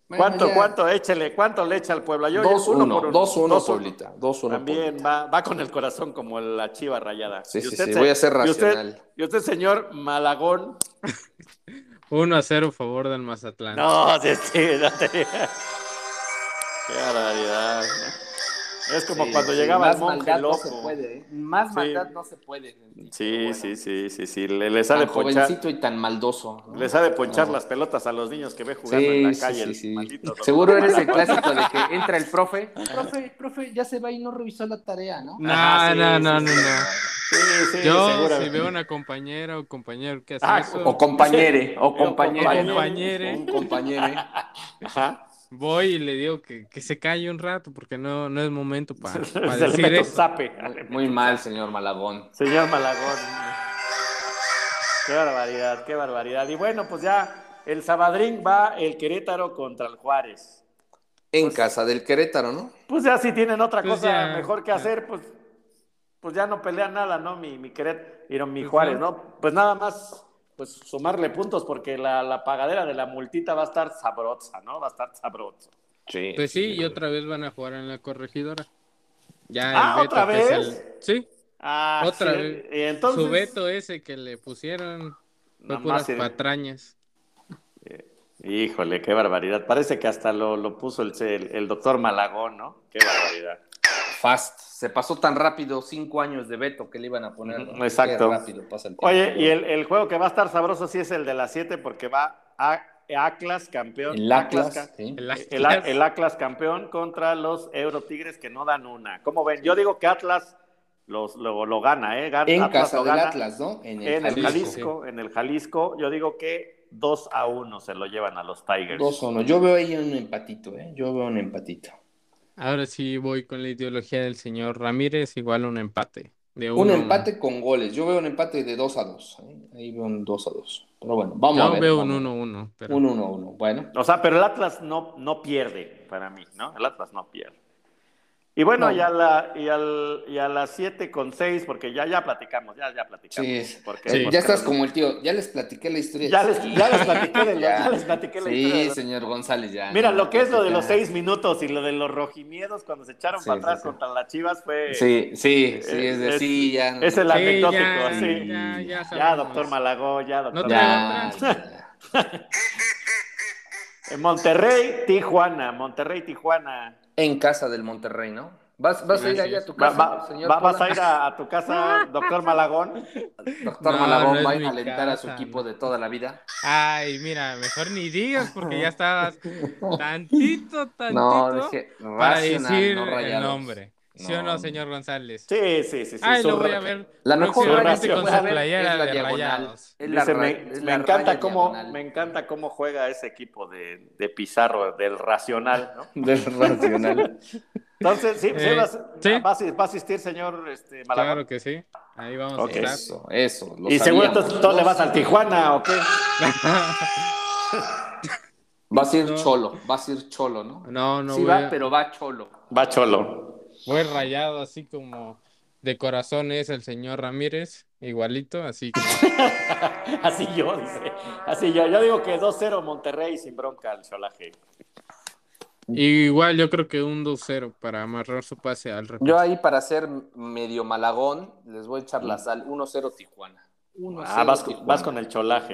Bueno, ¿Cuánto, ya. cuánto? Échele, ¿cuánto le echa al Puebla? Yo, 2-1, uno por uno. 2-1 Dos, Pueblita. 2-1 También Pueblita. va, va con el corazón como la chiva rayada. Sí, Y sí, usted, sí, se- voy a ser y usted- racional. Y usted, señor Malagón. 1 a 0 favor del Mazatlán. No, sí, sí, no te- Qué barbaridad. ¿no? Es como Sí, cuando sí, llegaba más el monje maldad loco. No se puede, ¿eh? Más Sí. maldad no se puede. gente. Sí, Bueno, sí, sí, sí, sí. Le, le Tan sabe ponchar, jovencito y tan maldoso. ¿no? le sabe ponchar No. las pelotas a los niños que ve Sí, jugando en la sí, calle. sí, el sí. maldito doctor. Seguro eres [LAUGHS] el clásico de que entra el profe. [LAUGHS] Profe, profe, ya se va y no revisó la tarea, ¿no? No, Ajá, sí, no, sí, no, sí. no, no. Sí, sí, Yo, si seguramente. veo una compañera o compañero que hace Ah, eso, O compañere, o compañere. ¿no? compañere. Un [LAUGHS] compañere. Ajá. voy y le digo que, que se calle un rato porque no, no es momento para [LAUGHS] Se le decir mete un eso. zape. Muy- Muy mal, señor Malagón. Señor Malagón. Qué barbaridad, qué barbaridad. Y bueno, pues ya el Sabadrín va el Querétaro contra el Juárez. En casa del Querétaro, ¿no? Pues ya si tienen otra Pues cosa ya, mejor que ya. hacer, pues, pues ya no pelean nada, ¿no? Mi, mi Querétaro, mi Pues Juárez, no. ¿no? Pues nada más, pues sumarle puntos porque la, la pagadera de la multita va a estar sabrosa, ¿no? Va a estar sabrosa. Sí. Pues sí, y otra vez van a jugar en la corregidora. Ya Ah, el veto ¿otra que es vez? el- Sí, Ah, Otra sí, vez. y entonces, su veto ese que le pusieron nada fue más puras se- patrañas. Híjole, qué barbaridad. Parece que hasta lo, lo puso el, el, el doctor Malagón, ¿no? Qué barbaridad. Fast. Se pasó tan rápido cinco años de veto que le iban a poner. ¿no? Ujú, exacto. Qué rápido pasa el tiempo. Oye, y el, el juego que va a estar sabroso sí es el de las 7 porque va a, Atlas campeón. El Atlas. ca- sí. El el, A- Atlas. el Atlas campeón contra los Euro Tigres que no dan una. ¿Cómo ven? Yo digo que Atlas los, lo, lo gana, ¿eh? Gana- En Atlas casa lo del gana Atlas, ¿no? En En el Jalisco. Jalisco, en el Jalisco. Yo digo que 2 a 1 se lo llevan a los Tigers. Dos o no. Yo veo ahí un empatito, ¿eh? Yo veo un empatito. Ahora sí voy con la ideología del señor Ramírez, igual un empate. De Un uno a uno. empate con goles. Yo veo un empate de 2 a 2. Ahí veo un 2 a 2. Pero bueno, vamos a Yo ver. veo un vamos. 1-1, pero Un 1 a 1. Bueno. O sea, pero el Atlas no, no pierde para mí, ¿no? El Atlas no pierde. Y bueno, No. y, a la, y, al- y a las 7 con 6, porque ya, ya platicamos, ya, ya platicamos. Sí. Porque- Sí. porque- Ya estás como el tío. Ya les platiqué la historia. Ya les, ya les platiqué [LAUGHS] de lo- Ya. ya les platiqué la historia de Sí, lo- señor González, ya. Mira, Ah, no, pues lo que es lo de ya. los 6 minutos y lo de los rojimiedos cuando se echaron Sí, para atrás sí, sí. contra las chivas fue... Sí, sí, sí, Eh, es de es- sí, ya. no. es el Sí, anecdótico, ya, sí. ya, ya Ya, sabemos. doctor Malagó, ya, doctor No te Malagó. Ya, ya. En Monterrey, Tijuana, Monterrey, Tijuana. En casa del Monterrey, ¿no? ¿Vas, vas a ir Así allá a es. tu Va- casa, va- señor? va- ¿Vas Pola? a ir a, a tu casa, [LAUGHS] doctor Malagón? Doctor No, no Malagón es va a ir mi a alentar a su casa, equipo no. de toda la vida. Ay, mira, mejor ni digas porque [LAUGHS] ya estabas tantito, tantito No, dije, para racional, decir no el rayados. nombre. ¿Sí o no, No. señor González? Sí, sí, sí. sí. Ay, su lo voy ra- a ver. La mejor próximamente raya que con voy su a ver playera es la de diagonal. rayados. Es la Dice, ra- me, es me la encanta raya cómo, diagonal. me encanta cómo juega ese equipo de, de Pizarro, del Racional, ¿no? [LAUGHS] Del racional. Entonces, sí, sí Eh, vas- sí. vas a- va a asistir, señor este, Malagón. Claro que sí. Ahí vamos Ok. a estar. Eso, eso. lo y seguro sabíamos. tú, tú le vas al Tijuana, ¿o qué? Vas a ir No. cholo, vas a ir cholo, ¿no? No, no sí voy, va, a- pero va cholo. Va Cholo. voy rayado así como de corazón es el señor Ramírez, igualito, [LAUGHS] así que [LAUGHS] Así yo, dice. Así yo. Yo digo que 2-0 Monterrey sin bronca al Cholaje. igual yo creo que un 2-0 para amarrar su pase al repechaje. Yo ahí para ser medio malagón, les voy a echar la sal. 1-0 Tijuana. 1-0 Ah, vas, Tijuana. vas con el Cholaje.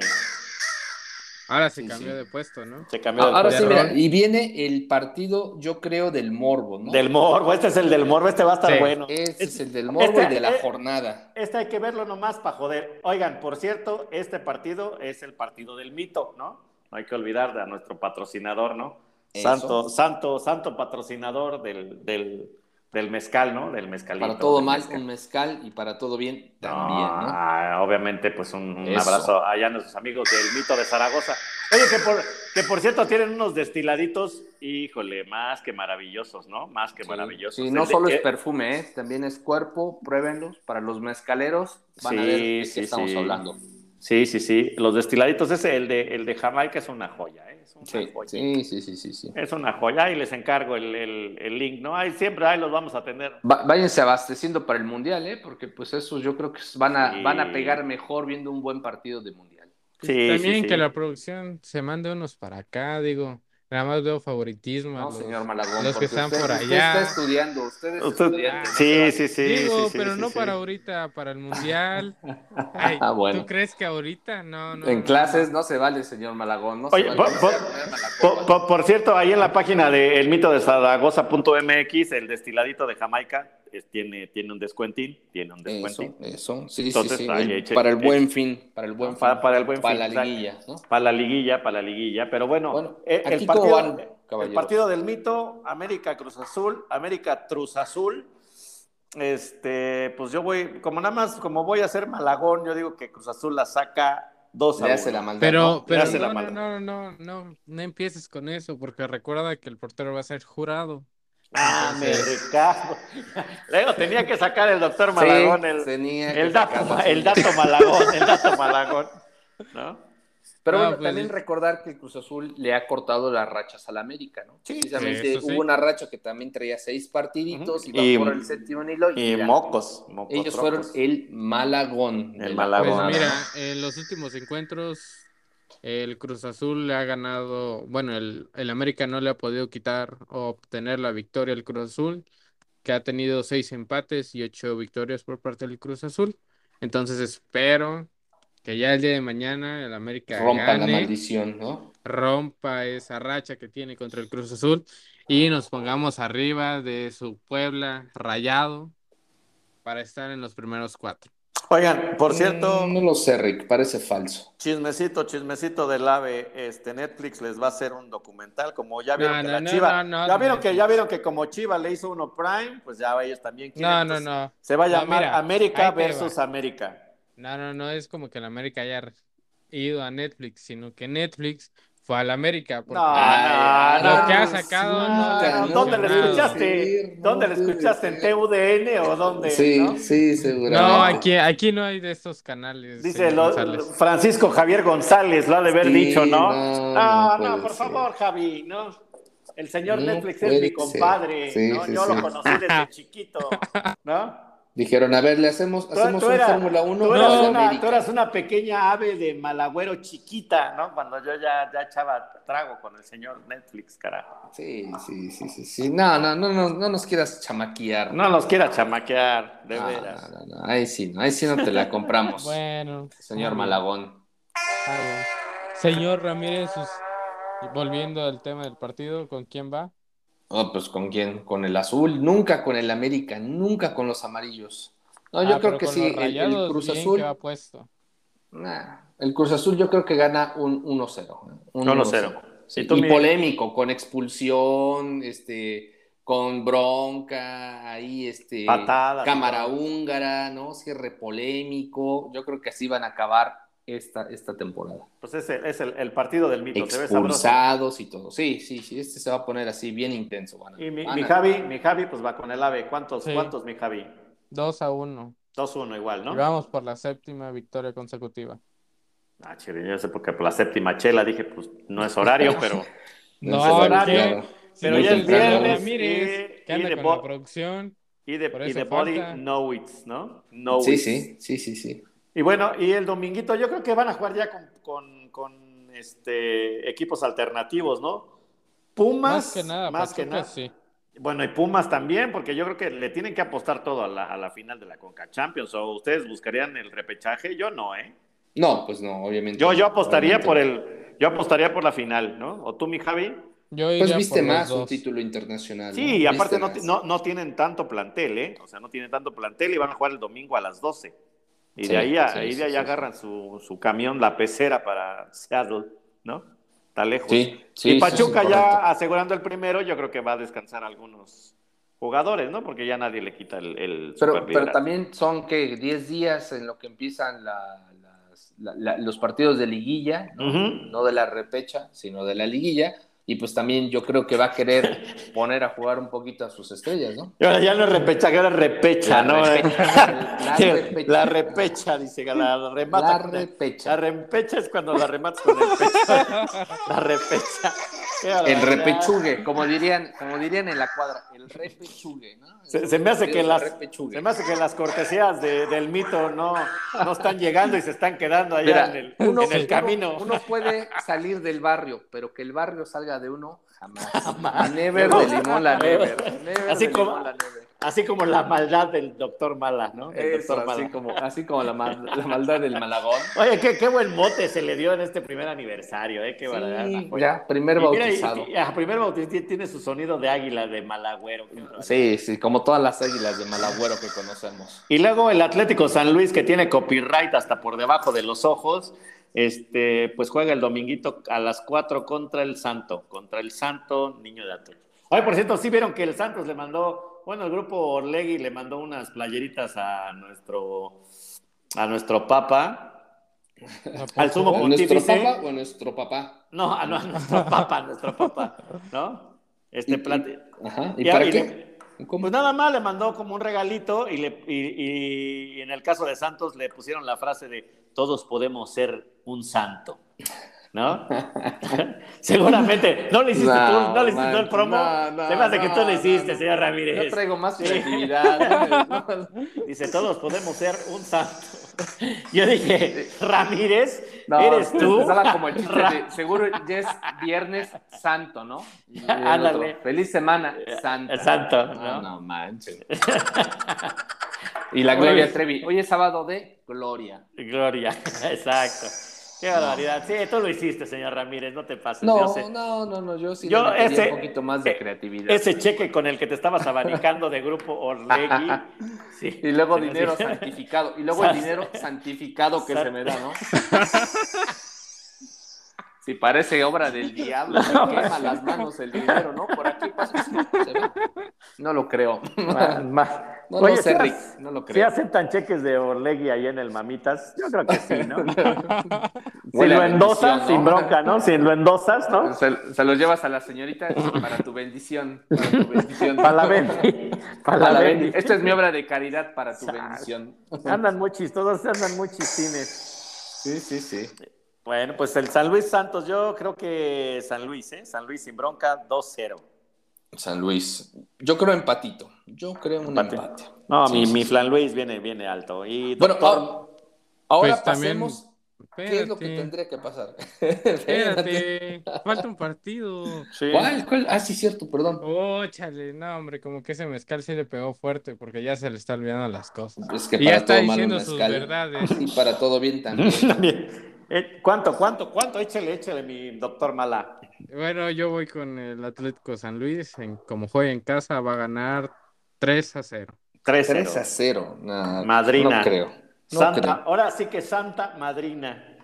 Ahora se Sí, cambió sí. de puesto, ¿no? Se cambió Ah, Ahora de sí, Error. mira, y viene el partido, yo creo, del morbo, ¿no? Del Morbo. Este es el del Morbo. Este va a estar Sí. bueno. Ese es el del morbo Este- y de la eh, jornada. Este hay que verlo nomás para joder. Oigan, por cierto, este partido es el partido del mito, ¿no? No hay que olvidar de a nuestro patrocinador, ¿no? Eso. Santo, santo, santo patrocinador del, del, Del mezcal, ¿no? Del mezcalito. Para todo del mal, mezcal. un mezcal y para todo bien No, también, ¿no? ah, Obviamente, pues un, un Eso. abrazo allá a nuestros amigos del mito de Zaragoza. Oye, que por, que por cierto tienen unos destiladitos, híjole, más que maravillosos, ¿no? Más que Sí, maravillosos. sí, El no de- solo es eh, perfume, ¿eh? también es cuerpo, pruébenlos. Para los mezcaleros van a Sí, ver de qué sí, estamos sí. hablando. Sí, sí, sí. Los destiladitos, ese, el de, el de Jamaica es una joya, ¿eh? Es una Sí, joya. sí, sí, sí, sí, sí. Es una joya. Ahí les encargo el, el- el link, ¿no? Ahí siempre, ahí los vamos a tener. Va- váyanse abasteciendo para el mundial, ¿eh? Porque pues esos yo creo que van a, Sí. van a pegar mejor viendo un buen partido de mundial. Pues Sí, también sí, sí. que la producción se mande unos para acá, digo. Nada más veo favoritismo. a No, los- señor Malagón. los porque que están usted, por usted allá. está estudiando, usted es Usted- estudiante. Sí, sí, sí. digo, sí, sí, pero sí, no sí. para ahorita, para [LAUGHS] el mundial. Ay, Ah, bueno. ¿Tú crees que ahorita? No, no. En no. clases no se vale, señor Malagón. No Oye, se vale. po- No po- sea poner Malagón. Por, por- por cierto, ahí en la página de el mito de Zaragoza.mx, el destiladito de Jamaica es- tiene, tiene un descuentín, tiene un descuentín. Eso, eso. Sí, Entonces, sí, sí. ahí el- eche- para el eche- buen fin. Para el buen Para- fin. para el buen Para fin, la exacto. liguilla, ¿no? Para la liguilla, para la liguilla. Pero bueno, Bueno, eh, el, aquí partido, cómo van, el caballeros. partido del mito, América Cruz Azul, América Cruz Azul. Este, pues yo voy, como nada más, como voy a ser malagón, yo digo que Cruz Azul la saca dos a Le hace uno. la maldad. Pero, ¿no? pero hace la no, no, mala. no, no, no, no empieces con eso, porque recuerda que el portero va a ser jurado. Ah, me Entonces- recago. [LAUGHS] Luego tenía que sacar el doctor Sí, Malagón el, tenía que El dato, sacarlo, ma- sí. el dato malagón, el dato malagón, ¿no? Pero No, bueno, pues, también sí. recordar que el Cruz Azul le ha cortado las rachas al América, ¿no? Sí, Precisamente eso sí. hubo una racha que también traía seis partiditos Ujú. y va Y- por el séptimo hilo y, Y ya. mocos, mocos ellos rojos. fueron eh, el Malagón. El de la Malagón. Pues Nada. jornada. mira, en los últimos encuentros, el Cruz Azul le ha ganado, bueno, el, el América no le ha podido quitar o obtener la victoria al Cruz Azul, que ha tenido seis empates y ocho victorias por parte del Cruz Azul. Entonces espero que ya el día de mañana el América Rompan la gane, maldición, ¿no? rompa esa racha que tiene contra el Cruz Azul y nos pongamos arriba de su Puebla rayado para estar en los primeros cuatro. Oigan, por cierto, Mm, No lo sé, Rick, parece falso. chismecito, chismecito del AVE, este Netflix les va a hacer un documental, como ya vieron No, que no, la no, Chiva, no, no, ya vieron no, que no. ya vieron que como Chiva le hizo uno Prime, pues ya ellos también quieren. No, no, Entonces, no. Se va a No, llamar mira, América ahí te versus América. No, no, no es como que la América haya re- ido a Netflix, sino que Netflix fue a la América. porque- No, Ah, Ay, no, lo que ha no, sacado no, no le ha no, ¿Dónde le funcionado. escuchaste? ¿Dónde le escuchaste? ¿En TUDN o dónde? Sí, no? sí, No, seguramente. aquí, aquí no hay de estos canales. Dice señor lo- González. Francisco Javier González, lo ha de haber Sí, dicho, ¿no? no, Ah, no no, puede por ser. favor, Javi, ¿no? El señor No Netflix puede es mi ser. compadre, Sí, ¿no? sí, Yo sí. lo conocí [LAUGHS] desde chiquito, ¿no? Dijeron, a ver, le hacemos, Tú- hacemos tú un eras- Fórmula 1 Tú eras, no, una, tú eras una pequeña ave de malagüero chiquita, ¿no? Cuando yo ya, ya echaba trago con el señor Netflix, carajo. Sí, sí, sí, sí, sí. No, no, no, no, no nos quieras chamaquear. No los quiera chamaquear, de No, veras. no, no, Ahí sí, no, ahí sí no te la compramos, [LAUGHS] Bueno, señor Malagón. está bien. Señor Ramírez, sus- volviendo al tema del partido, ¿con quién va? No, pues con quién, con el azul, nunca con el América, nunca con los amarillos. No, Ah, yo creo pero que con sí, los el- el, rayados, Cruz bien que Azul. va puesto. nah, el Cruz Azul yo creo que gana un 1-0. un 1-0. 1-0. Sí, ¿Y tú, y Miguel? polémico, con expulsión, este, con bronca, ahí, este, Patadas. cámara húngara, ¿no? Cierre polémico. Yo creo que así van a acabar esta, esta temporada. Pues es el, es el, el partido del mito, se ve sabroso. Expulsados y todo. Sí, sí, sí, este se va a poner así bien intenso. Van a- Y mi, van mi a- Javi, mi Javi, pues va con el AVE. ¿Cuántos, Sí. cuántos, mi Javi? 2 a 1. 2-1 igual, Y ¿no? vamos por la séptima victoria consecutiva. Ah, chévere, yo sé porque por la séptima chela dije, pues no es horario, pero. No, se va a claro. ver. Pero ya es temprano. viernes Ramírez, y- que y anda de con bo- la producción. Y de, Por y eso de Body falta. Know It's, ¿no? Know Sí, It's. sí, sí, sí, sí. Y bueno, y el dominguito, yo creo que van a jugar ya con, con, con, este, equipos alternativos, ¿no? Pumas. Más que nada, más que Pachuca, nada. sí. Bueno, y Pumas también, porque yo creo que le tienen que apostar todo a la, a la final de la Conca Champions. ¿O ustedes buscarían el repechaje? Yo no, ¿eh? No, pues no, obviamente. Yo, yo no, apostaría obviamente por no. el, yo apostaría por la final, ¿no? ¿O tú, mi Javi? Yo Pues iría viste por los más un dos. título internacional. ¿no? Sí, y aparte Viste no, más. ti- no, no tienen tanto plantel, ¿eh? O sea, no tienen tanto plantel y van a jugar el domingo a las 12. Y Sí, de ahí, a- sí, ahí sí, de ahí sí, agarran su, su camión, la pecera para Seattle, ¿no? Está lejos. Sí, sí, y sí, Pachuca sí, correcto. ya asegurando el primero, yo creo que va a descansar algunos jugadores, ¿no? Porque ya nadie le quita el, el Pero, superliderato. pero también son que 10 días en lo que empiezan la- las- la- la- los partidos de liguilla, ¿no? Ujú. no de la repecha, sino de la liguilla. Y pues también yo creo que va a [LAUGHS] querer poner a jugar un poquito a sus estrellas, ¿no? Y ahora ya no es repechaje, ahora es repecha, ¿no? [LAUGHS] repecha, Sí, la repecha. La repecha, dice, la remata. La con el- repecha. la repecha es cuando la rematas con el pecho. La repecha. Qué El barbaridad. repechugue, como dirían, como dirían en la cuadra, el repechugue, ¿no? Se, se me hace que El las, repechugue. se me hace que las cortesías de- del mito no, no están llegando y se están quedando allá Mira, en el, uno- en el uno- camino. Uno puede salir del barrio, pero que el barrio salga de uno, [LAUGHS] jamás. Never No. de limón la never. Never Así de como- limón la never. Así como la maldad del doctor Mala, ¿no? Del Eso, Dr. así Mala. como, así como la, mal- la maldad del malagón. Oye, qué, qué buen mote se le dio en este primer aniversario, ¿eh? Qué barbaridad. Sí, Oye, ya, primer y mira, bautizado. y- y- ah, primer bautizado tiene su sonido de águila de malagüero. qué barbaridad. Sí, sí, como todas las águilas de malagüero que conocemos. Y luego el Atlético San Luis, que tiene copyright hasta por debajo de los ojos, este, pues juega el dominguito a las 4 contra el Santo, contra el Santo Niño de Atlético. Ay, por cierto, sí vieron que el Santos le mandó, bueno, el grupo Orlegui le mandó unas playeritas a nuestro, a nuestro Papa, al sumo ¿A poco? pontífice. o nuestro papá? No, a, no, a nuestro Papa, a nuestro Papa, ¿no? Este Y- plate. Ajá. ¿Y Ya, para y qué? ¿Cómo? Pues nada más le mandó como un regalito y, le, y, y en el caso de Santos le pusieron la frase de todos podemos ser un santo, ¿no? [LAUGHS] Seguramente, no le hiciste No, tú, no le hiciste tú el man, promo, no, no, se me hace que no, tú le no, hiciste, no. señor No Ramírez. traigo más pues, Sí. creatividad. [LAUGHS] ¿no? Dice, todos podemos ser un santo. [LAUGHS] Yo dije, Ramírez, No, eres tú. Empezaba como el chiste [LAUGHS] de, seguro ya es viernes santo, ¿no? Y el Ándale. otro, Feliz semana, santa. El santo, No, ¿no? no [LAUGHS] manches. y la Oye. Gloria Trevi. Hoy es sábado de Gloria. Gloria, [LAUGHS] exacto. Qué barbaridad. Sí, tú lo hiciste, señor Ramírez, no te pases. yo No, sé. no, no, no, yo sí Yo le metería ese- un poquito más de eh, creatividad. Ese cheque con el que te estabas abanicando de grupo [LAUGHS] Orlegui. sí. y luego Se nos dinero hizo- santificado. Y luego el dinero santificado que San- se me [LAUGHS] da, ¿no? Si parece obra del diablo, se quema las manos el dinero, ¿no? Por aquí pasa. se ve. No lo creo. Ma- ma- No Oye, lo sé, ¿sí Rick, ac- no lo ¿Sí creo. aceptan cheques de Orlegui ahí en el Mamitas? Yo creo que sí, [LAUGHS] ¿no? si Huele lo a endosas, bendición, sin ¿no? bronca, ¿no? Si lo endosas, [LAUGHS] ¿no? Se, se los llevas a la señorita para tu bendición. Para tu bendición. Para la Bendy. Para Para la la Bendy. bendi- Esta es mi obra de caridad para tu Sas. bendición. Andan muy chistosos, andan muy chistines. Sí, sí, sí. Bueno, pues el San Luis Santos, yo creo que San Luis, ¿eh? San Luis sin bronca, 2-0. San Luis. Yo creo empatito. Yo creo un Empate. empate. No, Sí, mi, sí, mi sí. Flan Luis viene, viene alto. Y Bueno, ah, doctor- ahora, ahora Pues también- pasemos. ¿Qué es lo que Espérate, tendría que pasar? Espérate, falta un partido. Sí. [LAUGHS] ¿Cuál? ¿Cuál? Ah, sí, cierto, perdón. Oh, chale, no, hombre, como que ese mezcal sí le pegó fuerte porque ya se le está olvidando las cosas. Es que Y ya para está todo malo diciendo un sus mezcal. verdades. Y para todo bien [LAUGHS] también. También. Eh, ¿Cuánto, cuánto, cuánto? Échale, échale, mi doctor Mala. Bueno, yo voy con el Atlético San Luis. En, como juega en casa, va a ganar 3 a 0. 3 a 3 0. No, Madrina. No creo. No Santa, creo. ahora sí que Santa Madrina.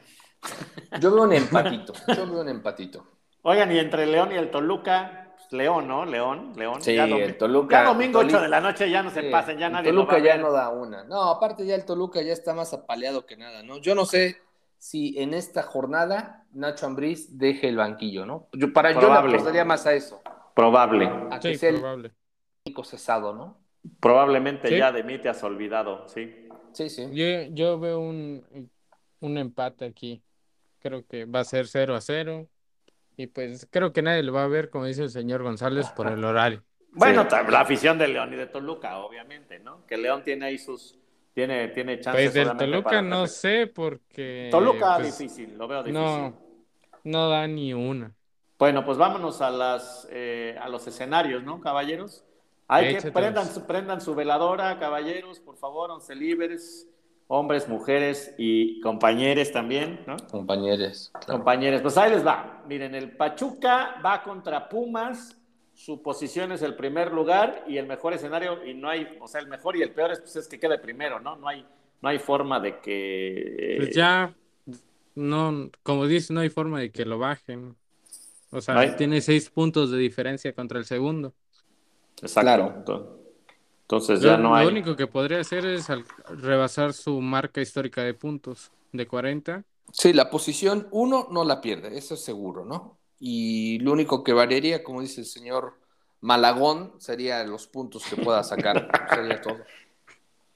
Yo veo un empatito. Yo veo un empatito. Oigan, y entre León y el Toluca, pues, León, ¿no? León, León. Sí, ya domi- el Toluca. ya domingo 8 Toluca- de la noche, ya no se Sí, pasen, ya el nadie. Toluca lo va a ya ver. no da una. No, aparte ya el Toluca ya está más apaleado que nada, ¿no? Yo no sé si en esta jornada Nacho Ambriz deje el banquillo, ¿no? Yo, para, yo le Probable. apostaría más a eso, Probable. a que Sí, sea el probable. único cesado, ¿no? Probablemente Sí. ya de mí te has olvidado, sí. Sí, sí. Yo, yo veo un, un empate aquí. Creo que va a ser 0 a 0. Y pues creo que nadie lo va a ver, como dice el señor González, por el horario. Bueno, Sí. ta- la afición de León y de Toluca, obviamente, ¿no? Que León tiene ahí sus. Tiene, tiene chances. Pues del solamente Toluca para- no sé, porque. Toluca pues, difícil, lo veo difícil. No, no da ni una. Bueno, pues vámonos a, las, eh, a los escenarios, ¿no, caballeros? Hay que Échatelos. prendan, su- prendan su veladora, caballeros, por favor, once libres, hombres, mujeres y compañeros también, ¿no? Compañeros. Compañeros, pues ahí les va. Miren, el Pachuca va contra Pumas, su posición es el primer lugar y el mejor escenario, y no hay, o sea, el mejor y el peor es, pues, es que quede primero, ¿no? No hay, no hay forma de que... Pues ya, no, como dice, no hay forma de que lo bajen. O sea, No hay- tiene seis puntos de diferencia contra el segundo. Exacto. Claro. Ento- Entonces Lo, Pues, ya no lo hay. único que podría hacer es al- rebasar su marca histórica de puntos de 40. Sí, la posición uno no la pierde, eso es seguro, ¿no? Y lo único que variaría, como dice el señor Malagón, sería los puntos que pueda sacar. sería todo.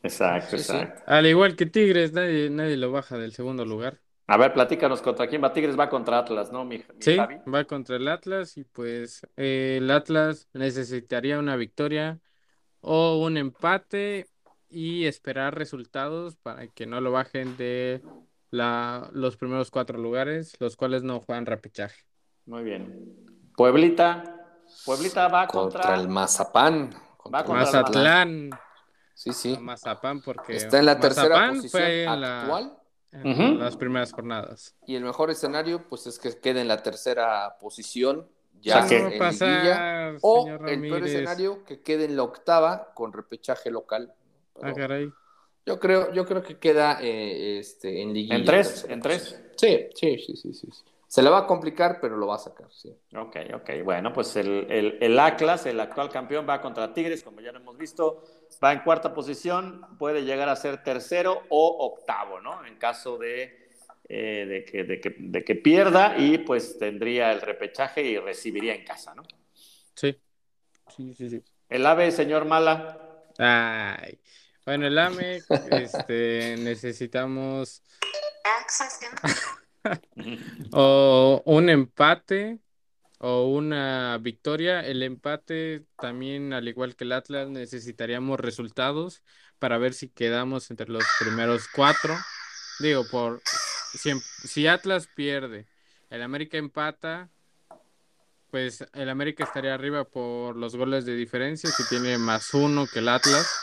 Exacto, Sí, sí. exacto. Al igual que Tigres, nadie, nadie lo baja del segundo lugar. A ver, platícanos contra quién va Tigres, va contra Atlas, ¿no, mi, mi Sí, Javi? va contra el Atlas y pues eh, el Atlas necesitaría una victoria o un empate y esperar resultados para que no lo bajen de la, los primeros cuatro lugares, los cuales no juegan repechaje. Muy bien. Pueblita, Pueblita va Contra, contra, el Mazapán. Contra el contra el Mazatlán, Sí, sí. Mazapán, porque Está en la tercera Mazapán posición fue en la- actual. en Ujú. las primeras jornadas. Y el mejor escenario, pues es que quede en la tercera posición. O Ya sea, que- Eso va a en pasar, liguilla. O señor el peor Ramírez. escenario, que quede en la octava con repechaje local. Pero Ah, caray. yo creo, yo creo que queda eh, este, en liguilla. en tres, tercera en tres. Sí, sí, sí, sí, sí, sí. Se la va a complicar, pero lo va a sacar, sí. Ok, ok. Bueno, pues el, el, el Atlas, el actual campeón, va contra Tigres, como ya lo hemos visto. Va en cuarta posición, puede llegar a ser tercero o octavo, ¿no? En caso de, eh, de, que, de, que, de que pierda y pues tendría el repechaje y recibiría en casa, ¿no? Sí. Sí, sí, sí. El AVE, señor Mala. Ay. Bueno, el AME, este, necesitamos o un empate o una victoria. El empate también, al igual que el Atlas, necesitaríamos resultados para ver si quedamos entre los primeros cuatro. Digo, por si, em- si Atlas pierde, el América empata, pues el América estaría arriba por los goles de diferencia, si tiene más uno que el Atlas.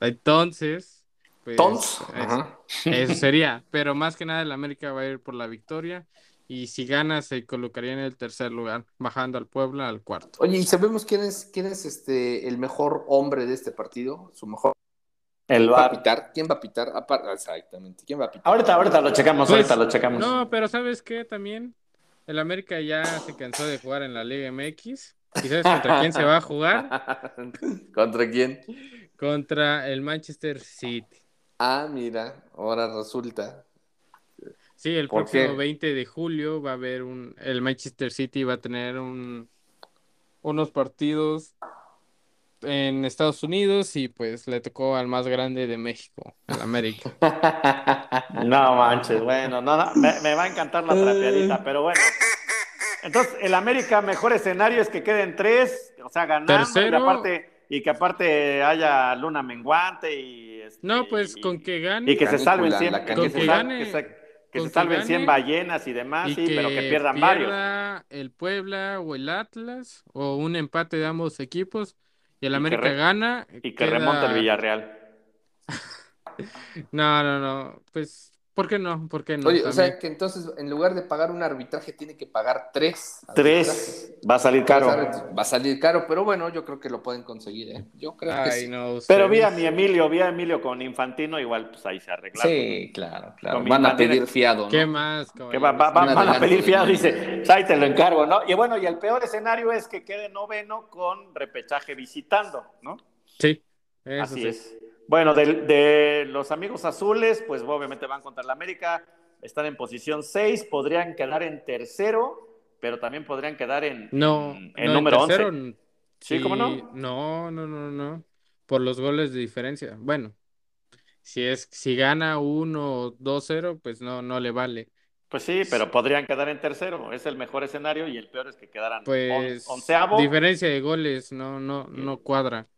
Entonces, pues, Tons. es- Ajá. [LAUGHS] eso sería, pero más que nada el América va a ir por la victoria y si gana se colocaría en el tercer lugar, bajando al Puebla al cuarto. Oye, ¿y sabemos quién es, quién es este, el mejor hombre de este partido? ¿Su mejor? El ¿Va a VAR. pitar? ¿Quién va a pitar? Apar- Exactamente, ¿quién va a pitar? [LAUGHS] Ahorita, ahorita lo checamos, Pues, ahorita lo checamos. No, pero ¿sabes qué? También el América ya se cansó de jugar en la Liga MX. ¿Y sabes contra quién se va [LAUGHS] a jugar? ¿Contra quién? Contra el Manchester City. Ah, mira, ahora resulta. Sí, el ¿Por próximo qué? 20 de julio va a haber un... El Manchester City va a tener un, unos partidos en Estados Unidos y pues le tocó al más grande de México, al América. No manches, bueno, no, no, me, me va a encantar la trapeadita, pero bueno. Entonces, el América, mejor escenario es que queden tres, o sea, ganando Tercero. y, aparte, y que aparte haya luna menguante y... este, No, pues y- con que Y gane que se salven Canícula, 100, la que, canícula. se salven, Con que que se- gane, que con se que salven gane 100 ballenas y demás, y sí, pero que pierdan varios. pierda el Puebla o el Atlas o un empate de ambos equipos y el Y que América re- gana. Y que remonte el queda- Villarreal. No, no, no, pues, ¿por qué no? ¿Por qué no? Oye, o sea También. que entonces, en lugar de pagar un arbitraje, tiene que pagar tres. arbitrajes. Tres, va a salir caro. Va a salir caro, pero bueno, yo creo que lo pueden conseguir, ¿eh? Yo creo que Ay, sí. no, Pero vi a ustedes. mi Emilio, vi a Emilio con Infantino, igual pues ahí se arregla. Sí, claro, claro. Con mi Van a manera- pedir fiado, ¿no? ¿Qué más, Que va- va- va- caballeros? van a adelanto pedir de fiado, mí. dice, "Pues ahí te lo encargo, ¿no? Y bueno, y el peor escenario es que quede noveno con repechaje visitando, ¿no? Sí, eso Así sí. es. Bueno, del- de, los amigos azules, pues obviamente van contra el América, están en posición 6, podrían quedar en tercero, pero también podrían quedar en, No, en, no, en Mm, número en tercero, 11. n- Sí, ¿cómo no? No, no, no, no. Por los goles de diferencia. Bueno, si es, si gana 1 o 2-0, pues no, no le vale. Pues sí, pero podrían quedar en tercero, es el mejor escenario y el peor es que quedaran on- Pues onceavo. diferencia de goles, no, no, no cuadra,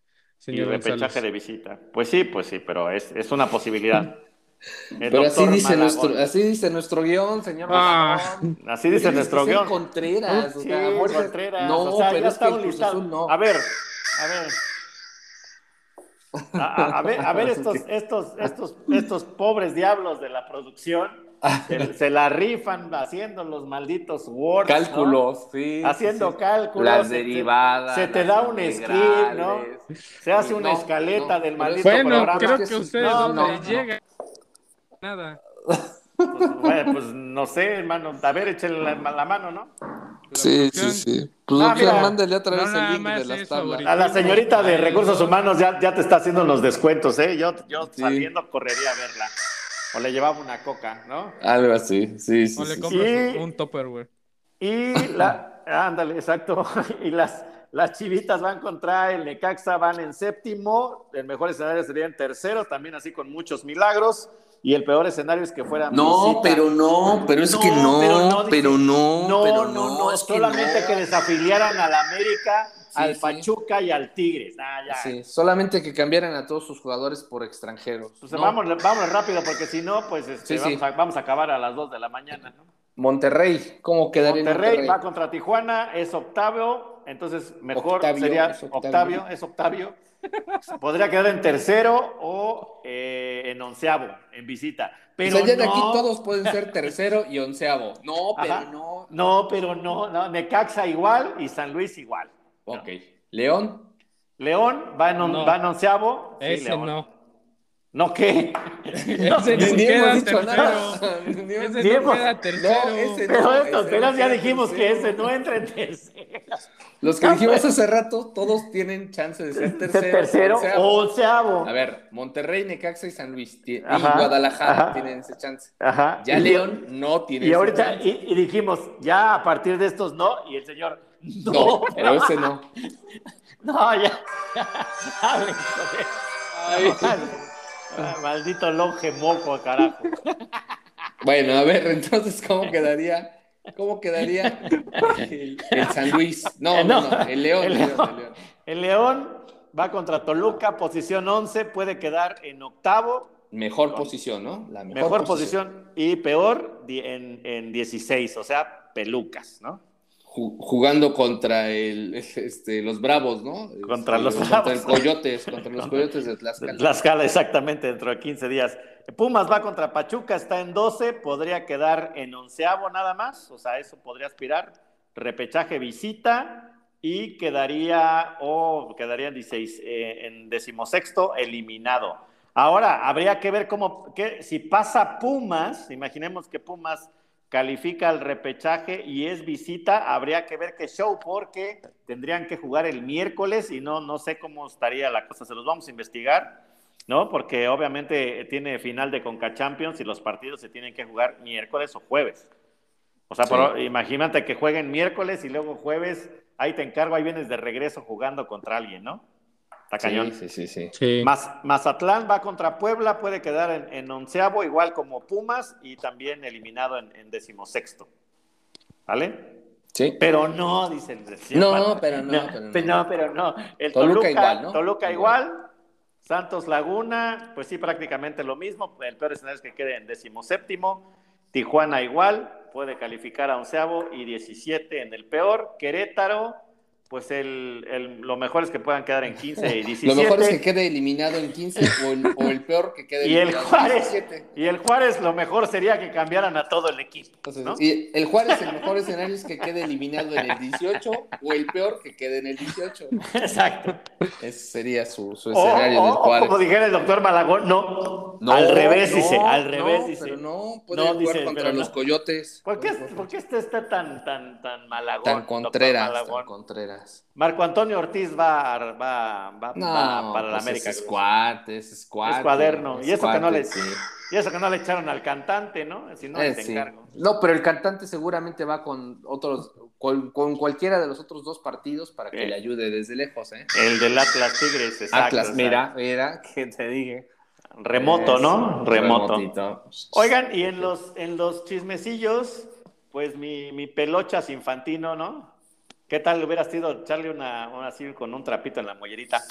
Y señor repechaje González. de visita. Pues sí, pues sí, pero es, es una [LAUGHS] posibilidad. El Pero así doctor dice, Malagón. nuestro, así dice nuestro guión, señor. Ah. Malagón. Así [LAUGHS] dice Tienes nuestro que ser guión. Contreras, o Sí, sea, fuerzas- Contreras, No, o sea, pero ya es que el estamos Cruz listados. Azul no. A ver, a ver. A, a- a ver, [LAUGHS] a ver estos, estos, estos, estos pobres diablos de la producción [LAUGHS] se, se la rifan haciendo los malditos words. ¿no? Cálculos, sí. Haciendo sí, sí. cálculos. este, Las se te- derivadas. se te las da un integrales. script, ¿no? Se hace una No, escaleta no, del pero maldito es- Bueno, programa. creo Es que que a es- ustedes no, no, no, les no. llega nada. Pues, bueno, pues no sé, hermano. A ver, échenle la, la mano, ¿no? La Sí, sí, cuestión- sí. Pues Ah, opción, mira. mándale otra No, vez nada el link más de las es tablas. favorito. A la señorita de recursos humanos ya, ya te está haciendo los descuentos, ¿eh? Yo, yo Sí. saliendo correría a verla. O le llevaba una coca, ¿no? Algo así, sí, sí. O le sí, compras Sí. un- un Tupperware. Y [LAUGHS] la. Ándale, exacto. [LAUGHS] Y las, las chivitas van contra el Necaxa, van en séptimo. El mejor escenario sería en tercero, también así con muchos milagros. Y el peor escenario es que fuera. No, visita. pero no, pero es No, que no, pero pero no, no, dice- pero no, No, no, no, no, es que solamente no. que, desafiliaran al América, al sí. Pachuca y al Tigres. Ah, ya. Sí, solamente que cambiaran a todos sus jugadores por extranjeros. Pues No, vamos, vamos rápido, porque si no, pues Sí, este, sí. vamos, A, vamos a acabar a las 2 de la mañana. ¿no? Monterrey, ¿cómo quedaría en Monterrey, Monterrey? va contra Tijuana, es octavo, entonces mejor Octavio, sería es octavio. octavio. es octavio. Podría quedar en tercero o eh, en onceavo, en visita. Pero o sea, ya de no, aquí todos pueden [LAUGHS] ser tercero y onceavo. No, pero Ajá. no. no, pero no, no, Necaxa igual y San Luis igual. Ok. León, León va en, on- No. va en onceavo. sí, Ese León. [LAUGHS] no. ¿No qué? Ese ni ni queda hemos dicho tercero. nada. [LAUGHS] Ni hemos- Ese Ni no hemos- queda tercero. No, [LAUGHS] ese Pero no, de ese tonteras no ya queda dijimos que tercero. ese no entra en tercero. Los que dijimos hace rato, todos tienen chance de ser tercero. pues. tercero onceavo. o onceavo. A ver, Monterrey, Necaxa y San Luis ti- Ajá, y Guadalajara ajá. tienen ese chance. Ajá. Ya Y- León no tiene Y ese ahorita, chance. y, y dijimos, ya a partir de estos no, y el señor, no, No, no, pero ese no. ya. [LAUGHS] Hablen con él. Ah, Maldito longe moco, carajo. Bueno, a ver, entonces, ¿cómo quedaría? ¿Cómo quedaría el, el San Luis? No, Eh, no, no, no, el León. el El León, León. el León. El León va contra Toluca, posición 11, puede quedar en octavo, Mejor posición, ¿no? La mejor, posición. y peor di- en, en 16, o sea, pelucas, ¿no? Ju- Jugando contra el, este, los Bravos, ¿no? Contra Este, los Contra Bravos. el Coyotes, contra los Coyotes de Tlaxcala. Tlaxcala, exactamente, dentro de 15 días. Pumas va contra Pachuca, está en 12, podría quedar en onceavo nada más, o sea, eso podría aspirar. Repechaje visita y quedaría, o quedaría en, 16, eh, en decimosexto eliminado. Ahora, habría que ver cómo, que, si pasa Pumas, imaginemos que Pumas califica al repechaje y es visita, habría que ver qué show porque tendrían que jugar el miércoles y no, no sé cómo estaría la cosa, se los vamos a investigar, ¿no? Porque obviamente tiene final de Conca Champions y los partidos se tienen que jugar miércoles o jueves. O sea, Sí. pero imagínate que jueguen miércoles y luego jueves, ahí te encargo, ahí vienes de regreso jugando contra alguien, ¿no? Está cañón. Sí, sí, sí, sí. Sí. Maz- Mazatlán va contra Puebla, puede quedar en, en onceavo, igual como Pumas, y también eliminado en, en decimosexto. ¿Vale? Sí. Pero no, dice el decía No, Pat- pero no, pero no. pero no. El Toluca, Toluca igual, ¿no? Toluca Igual. igual. Santos Laguna, pues sí, prácticamente lo mismo. El peor escenario es que quede en decimoséptimo. Tijuana igual, puede calificar a onceavo y 17 en el peor. Querétaro, pues el, el- lo mejor es que puedan quedar en 15 y 17. [LAUGHS] Lo mejor es que quede eliminado en 15 o el, o el peor que quede [LAUGHS] Y el eliminado Juárez. en 17. Y el Juárez lo mejor sería que cambiaran a todo el equipo. Entonces, ¿no? y el Juárez, el mejor escenario es que quede eliminado en el 18 o el peor que quede en el 18. ¿no? [LAUGHS] Exacto. Ese sería su, su O, Pues, escenario o- del o Juárez. como dijera el doctor Malagón, no. No, al revés no, dice, al no, revés dice. Pero no, puede No, jugar dice, contra pero los no. coyotes. ¿Por qué, Puede jugar por qué este está tan, tan, tan malagón? Tan doctor contreras, Malagón? tan contreras. Marco Antonio Ortiz va, a- va, va, No, va para la pues América. Es squat, es squat. Es cuaderno. Y eso que no le- Sí. Y eso que no le echaron al cantante, ¿no? Si no, Eh, te sí. encargo. No, pero el cantante seguramente va con otros, con, con cualquiera de los otros dos partidos para que Eh. le ayude desde lejos, ¿eh? El del Atlas Tigres, exacto. o Atlas, sea, mira, mira, que te dije. Remoto, ¿no? Eso, Remoto. remotito. Oigan, y en los, en los chismecillos, pues mi, mi pelochas infantino, ¿no? ¿Qué tal hubiera sido echarle una, una así con un trapito en la mollerita?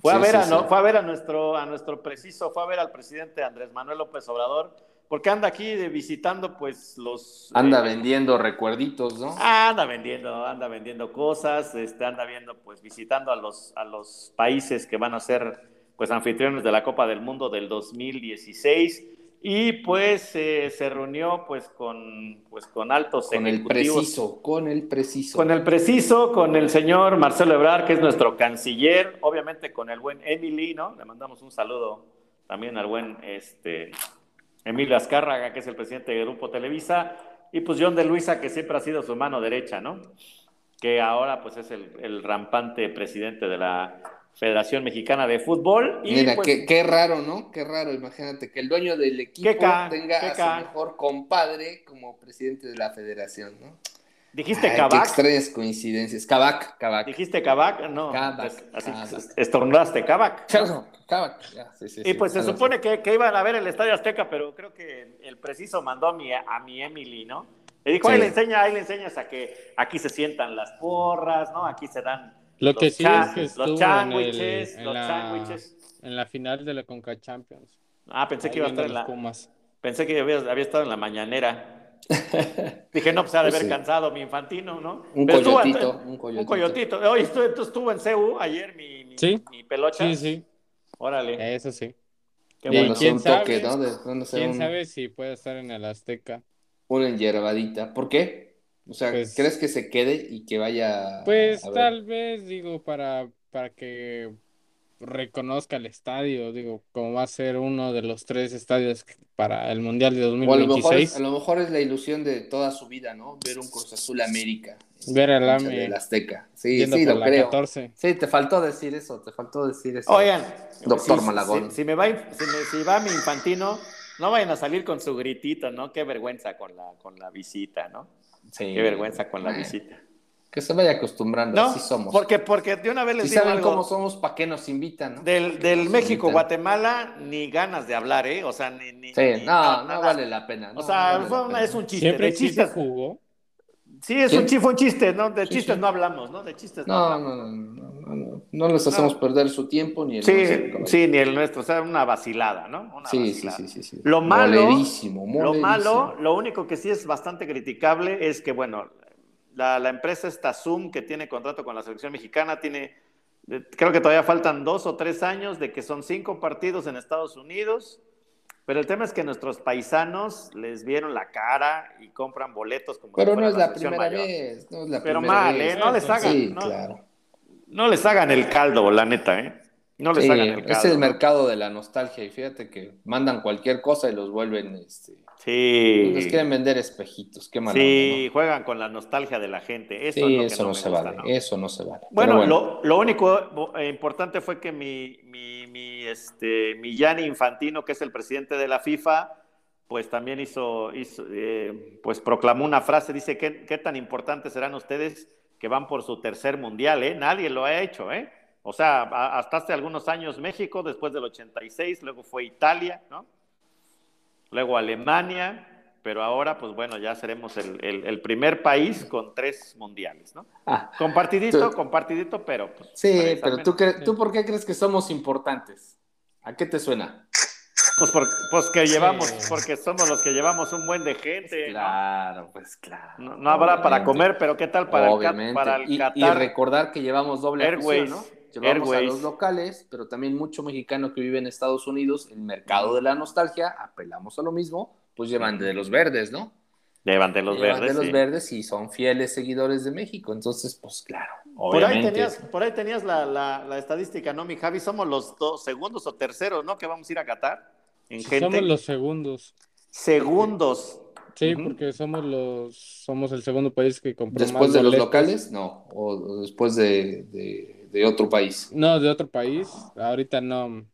Fue, a Sí, ver sí, a, no- sí. fue a ver a nuestro, a nuestro preciso, fue a ver al presidente Andrés Manuel López Obrador, porque anda aquí de- visitando pues los... Anda eh, vendiendo recuerditos, ¿no? Ah, anda vendiendo, anda vendiendo cosas, este, anda viendo, pues visitando a los, a los países que van a ser pues anfitriones de la Copa del Mundo del 2016 y pues eh, se reunió pues con, pues con altos con el ejecutivos. preciso, con el preciso. Con el preciso, con el señor Marcelo Ebrard, que es nuestro canciller, obviamente con el buen Emily, ¿no? Le mandamos un saludo también al buen este, Emilio Azcárraga, que es el presidente de Grupo Televisa, Y pues John de Luisa, que siempre ha sido su mano derecha, ¿no? Que ahora pues es el, el rampante presidente de la Federación Mexicana de Fútbol. Y Mira, pues, qué, qué raro, ¿no? Qué raro, imagínate, que el dueño del equipo Qué ca- tenga qué a ca- su mejor compadre como presidente de la federación, ¿no? dijiste Ay, Qué Kabak. extrañas coincidencias. Cabac, Cabac. Dijiste Kabak, no. Kabak, es- así Kabak. estornudaste Kabak. Cabac. ya, sí, sí, Y sí, pues se algo así. supone que, que iban a ver el Estadio Azteca, pero creo que el preciso mandó a mi, a mi Emily, ¿no? Le dijo, ahí Sí. le enseña, ahí le enseñas a que aquí se sientan las porras, ¿no? Aquí se dan Lo que sí chan- es que estuvo los en, el- sándwiches, en los la, sándwiches. en la final de la Conca Champions. Ah, pensé que iba Ahí a viendo estar en los la, Pumas. pensé que había, había estado en la [LAUGHS] mañanera. Dije, no, pues ha de Pues haber sí. cansado mi infantino, ¿no? Un Pero estuvo- coyotito, un Un coyotito. coyotito. Oye, estuvo, entonces estuvo en CEU ayer mi, mi, Sí. mi pelocha. Sí, sí, Órale. eso sí. Qué Y bueno. Bueno, quién son toques, sabe? ¿no? De- no sé, ¿Quién un- sabe si puede estar en el Azteca? Una enyerbadita. ¿Por qué? O sea, Pues- ¿crees que se quede y que vaya Pues Ah, a ver? tal vez, digo, para, para que reconozca el estadio, digo, como va a ser uno de los tres estadios para el Mundial de O a lo, mejor es, 2026, a lo mejor es la ilusión de toda su vida, ¿no? Ver un Cruz Azul América. este, Ver al AME. del Azteca. Sí, yendo sí, por lo la creo. 14. Sí, te faltó decir eso, te faltó decir eso. Oigan, Doctor si- Malagón. Si, si me va, inf- si, me- si va mi infantino, no vayan a salir con su gritito, ¿no? Qué vergüenza con la, con la visita, ¿no? Sí. Qué vergüenza con la Bueno, visita. Que se vaya acostumbrando, No, así somos. porque, porque de una vez les si digo saben algo. cómo somos, ¿para qué nos invitan? ¿no? Del, del Sí, México-Guatemala, ni ganas de hablar, ¿eh? O sea, ni. ni- Sí, ni- no, no nada. vale la pena. no, O sea, no vale fue la una- pena. es un chiste. Siempre de sí se chistes. jugó. Sí, es Sí. un chiste, fue un chiste, ¿no? De Sí, chistes sí. no hablamos, ¿no? De chistes no, No, hablamos. no, no, no, no, no, no les hacemos perder su tiempo ni el Sí, nuestro. sí, ni el nuestro, o sea, una vacilada, ¿no? Una Sí, sí, vacilada. sí, sí, sí. Lo malo- Moledísimo, Lo moledísimo. malo, lo único que sí es bastante criticable es que, bueno, la, la empresa esta Zoom que tiene contrato con la selección mexicana tiene, eh, creo que todavía faltan dos o tres años de que son cinco partidos en Estados Unidos, pero el tema es que nuestros paisanos les vieron la cara y compran boletos como si Pero no fuera es la selección primera mayor. vez, no es la Pero primera mal, vez. ¿eh? No les hagan, Sí, no, claro. No les hagan el caldo, la neta, ¿eh? No les Sí, hagan el caldo. es el ¿no? mercado de la nostalgia y fíjate que mandan cualquier cosa y los vuelven, este, Sí. les quieren vender espejitos, qué mala Sí, onda, ¿no? juegan con la nostalgia de la gente. Eso Sí, es lo eso que no, no, me se gusta, vale, ¿no? eso no se vale. Bueno, Pero Lo, lo único bo- eh, importante fue que mi, mi, mi, este, mi Gianni Infantino, que es el presidente de la FIFA, pues también hizo, hizo eh, pues proclamó una frase, dice, ¿qué, ¿qué tan importantes serán ustedes que van por su tercer mundial? Eh? Nadie lo ha hecho, ¿eh? O sea, a- hasta hace algunos años México, después del 86, luego fue Italia, ¿no? Luego Alemania, pero ahora, pues bueno, ya seremos el, el- el primer país con tres mundiales, ¿no? Ah, [LAUGHS] Compartidito, Tú- compartidito, pero pues. sí, parece pero al tú, menos. cre- ¿tú por qué crees que somos importantes? ¿A qué te suena? Pues, por- pues que llevamos, Sí. porque somos los que llevamos un buen de gente. ¿no? Claro, pues claro. No, no habrá para Obviamente. comer, pero ¿qué tal para el, Obviamente. Cat- para el y, y Qatar? recordar que llevamos doble Airways, afición, ¿no? Llevamos Airways. a los locales, pero también mucho mexicano que vive en Estados Unidos, el mercado de la nostalgia, apelamos a lo mismo, pues llevan de los verdes, ¿no? Llevan de los Llevan verdes. de los sí. verdes y son fieles seguidores de México, entonces pues claro, Por ahí obviamente. tenías, por ahí tenías la, la- la estadística, ¿no, mi Javi? Somos los dos, segundos o terceros, ¿no? Que vamos a ir a Qatar. En gente. Somos los segundos. Segundos. Sí, Ujú. porque somos los somos el segundo país que compró Después más de los boletos. locales, no, o, o después de, de- de otro país. No, de otro país. Ahorita no,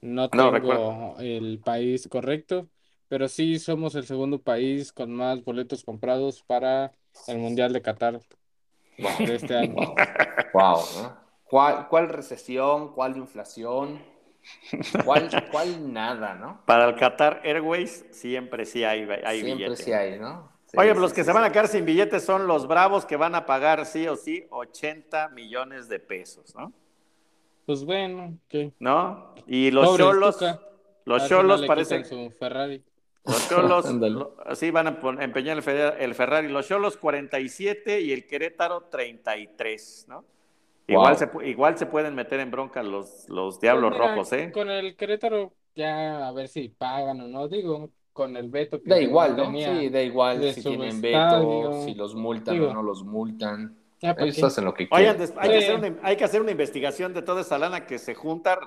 no tengo recuerdo. el país correcto, pero sí somos el segundo país con más boletos comprados para el Mundial de Qatar de este año. Wow, ¿no? ¿Cuál, cuál recesión? ¿Cuál inflación? ¿Cuál, cuál nada, no? Para el Qatar Airways siempre sí hay, hay Siempre billete. sí hay, ¿no? Sí, Oye, sí, pero los que sí, se van sí. a quedar sin billetes son los bravos que van a pagar sí o sí 80 millones de pesos, ¿no? Pues bueno, ¿qué? ¿No? Y los Pobres, cholos, Tuca. Al los final cholos le parece, quitan su Ferrari. [LAUGHS] los cholos, Ándale. lo- sí van a pon- empeñar el, Fer- el Ferrari, los cholos 47 y el Querétaro 33, ¿no? Igual, Wow. se, pu- igual se pueden meter en bronca los, los Diablos Pues mira, Rojos, ¿eh? Con el Querétaro ya a ver si pagan o no, digo, con el veto que Da igual, ¿no? tenía. Sí, da igual de si su tienen estadio. veto, si los multan Digo. o no los multan. Ah, Ya, ¿para Ellos qué? hacen lo que Oigan, quieran. des- hay, que Sí. hacer una, hay que hacer una investigación de toda esa lana que se junta.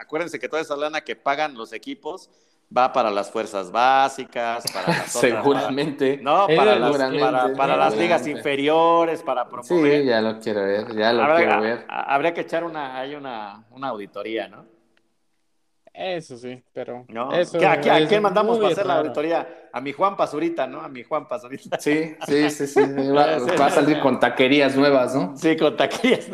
Acuérdense que toda esa lana que pagan los equipos va para las fuerzas básicas, [LAUGHS] para las otras- Seguramente. No, para Él las, seguramente, para, para las seguramente. ligas inferiores, para promover. Sí, ya lo quiero ver, ya lo Habrá, quiero a- ver. a- habría que echar una, hay una, una auditoría, ¿no? Eso sí, pero. ¿No? eso ¿Qué- ¿A, qué- a es quién mandamos muy para hacer la raro. auditoría? A mi Juan Pazurita, ¿no? A mi Juan Pazurita. Sí, sí, sí, sí. Va, va a salir con taquerías nuevas, ¿no? [LAUGHS] Sí, con taquillas.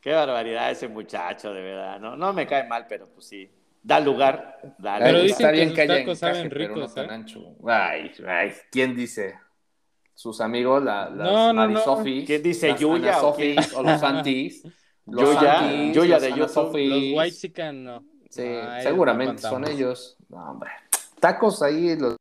Qué barbaridad ese muchacho, de verdad. No, no me cae mal, pero pues sí. Da lugar. Da Pero lugar. dicen Está bien que que sus haya tacos encaje, saben pero no ricos, tan ¿eh? ancho. Ay, ay, ¿quién dice? Sus amigos, la, las No, no, no. Marisofis, ¿Quién dice, las Yuya Ana o Sofis, quién? o los Antis. [LAUGHS] Los Yuya, Antis, Yuya las de Ana YouTube, Sofis. Los White Chicken no. Sí, Ah, ellos no seguramente son contamos. ellos. No, hombre. Tacos ahí, los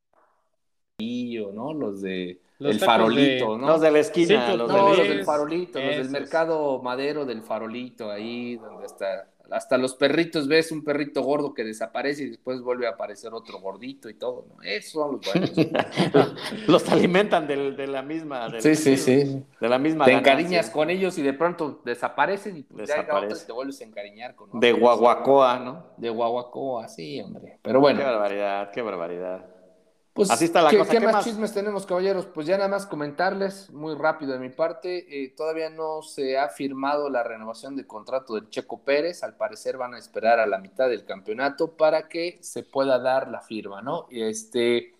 de ¿no? Los de Los El tacos Farolito, ¿no? Los de la esquina, Sí, los No, los de la Esos. del esquina. farolito, los del Esos. mercado madero del farolito, ahí donde está. Hasta los perritos, ves un perrito gordo que desaparece y después vuelve a aparecer otro gordito y todo, ¿no? Esos son los buenos. [LAUGHS] Los alimentan del- de, la misma. [LAUGHS] del- sí, sí, sí. De la misma. Te ganancia. encariñas con ellos y de pronto desaparecen y pues ya llega otro y Desaparece. te vuelves a encariñar con otro. De Guaguacoa, ¿no? De guaguacoa, sí, hombre. Pero Qué bueno, barbaridad, qué barbaridad. pues así está la ¿qué, cosa. ¿qué, ¿Qué más más? chismes tenemos, caballeros? Pues ya nada más comentarles muy rápido de mi parte. eh, todavía no se ha firmado la renovación del contrato del Checo Pérez. Al parecer van a esperar a la mitad del campeonato para que se pueda dar la firma, ¿no? Y Este,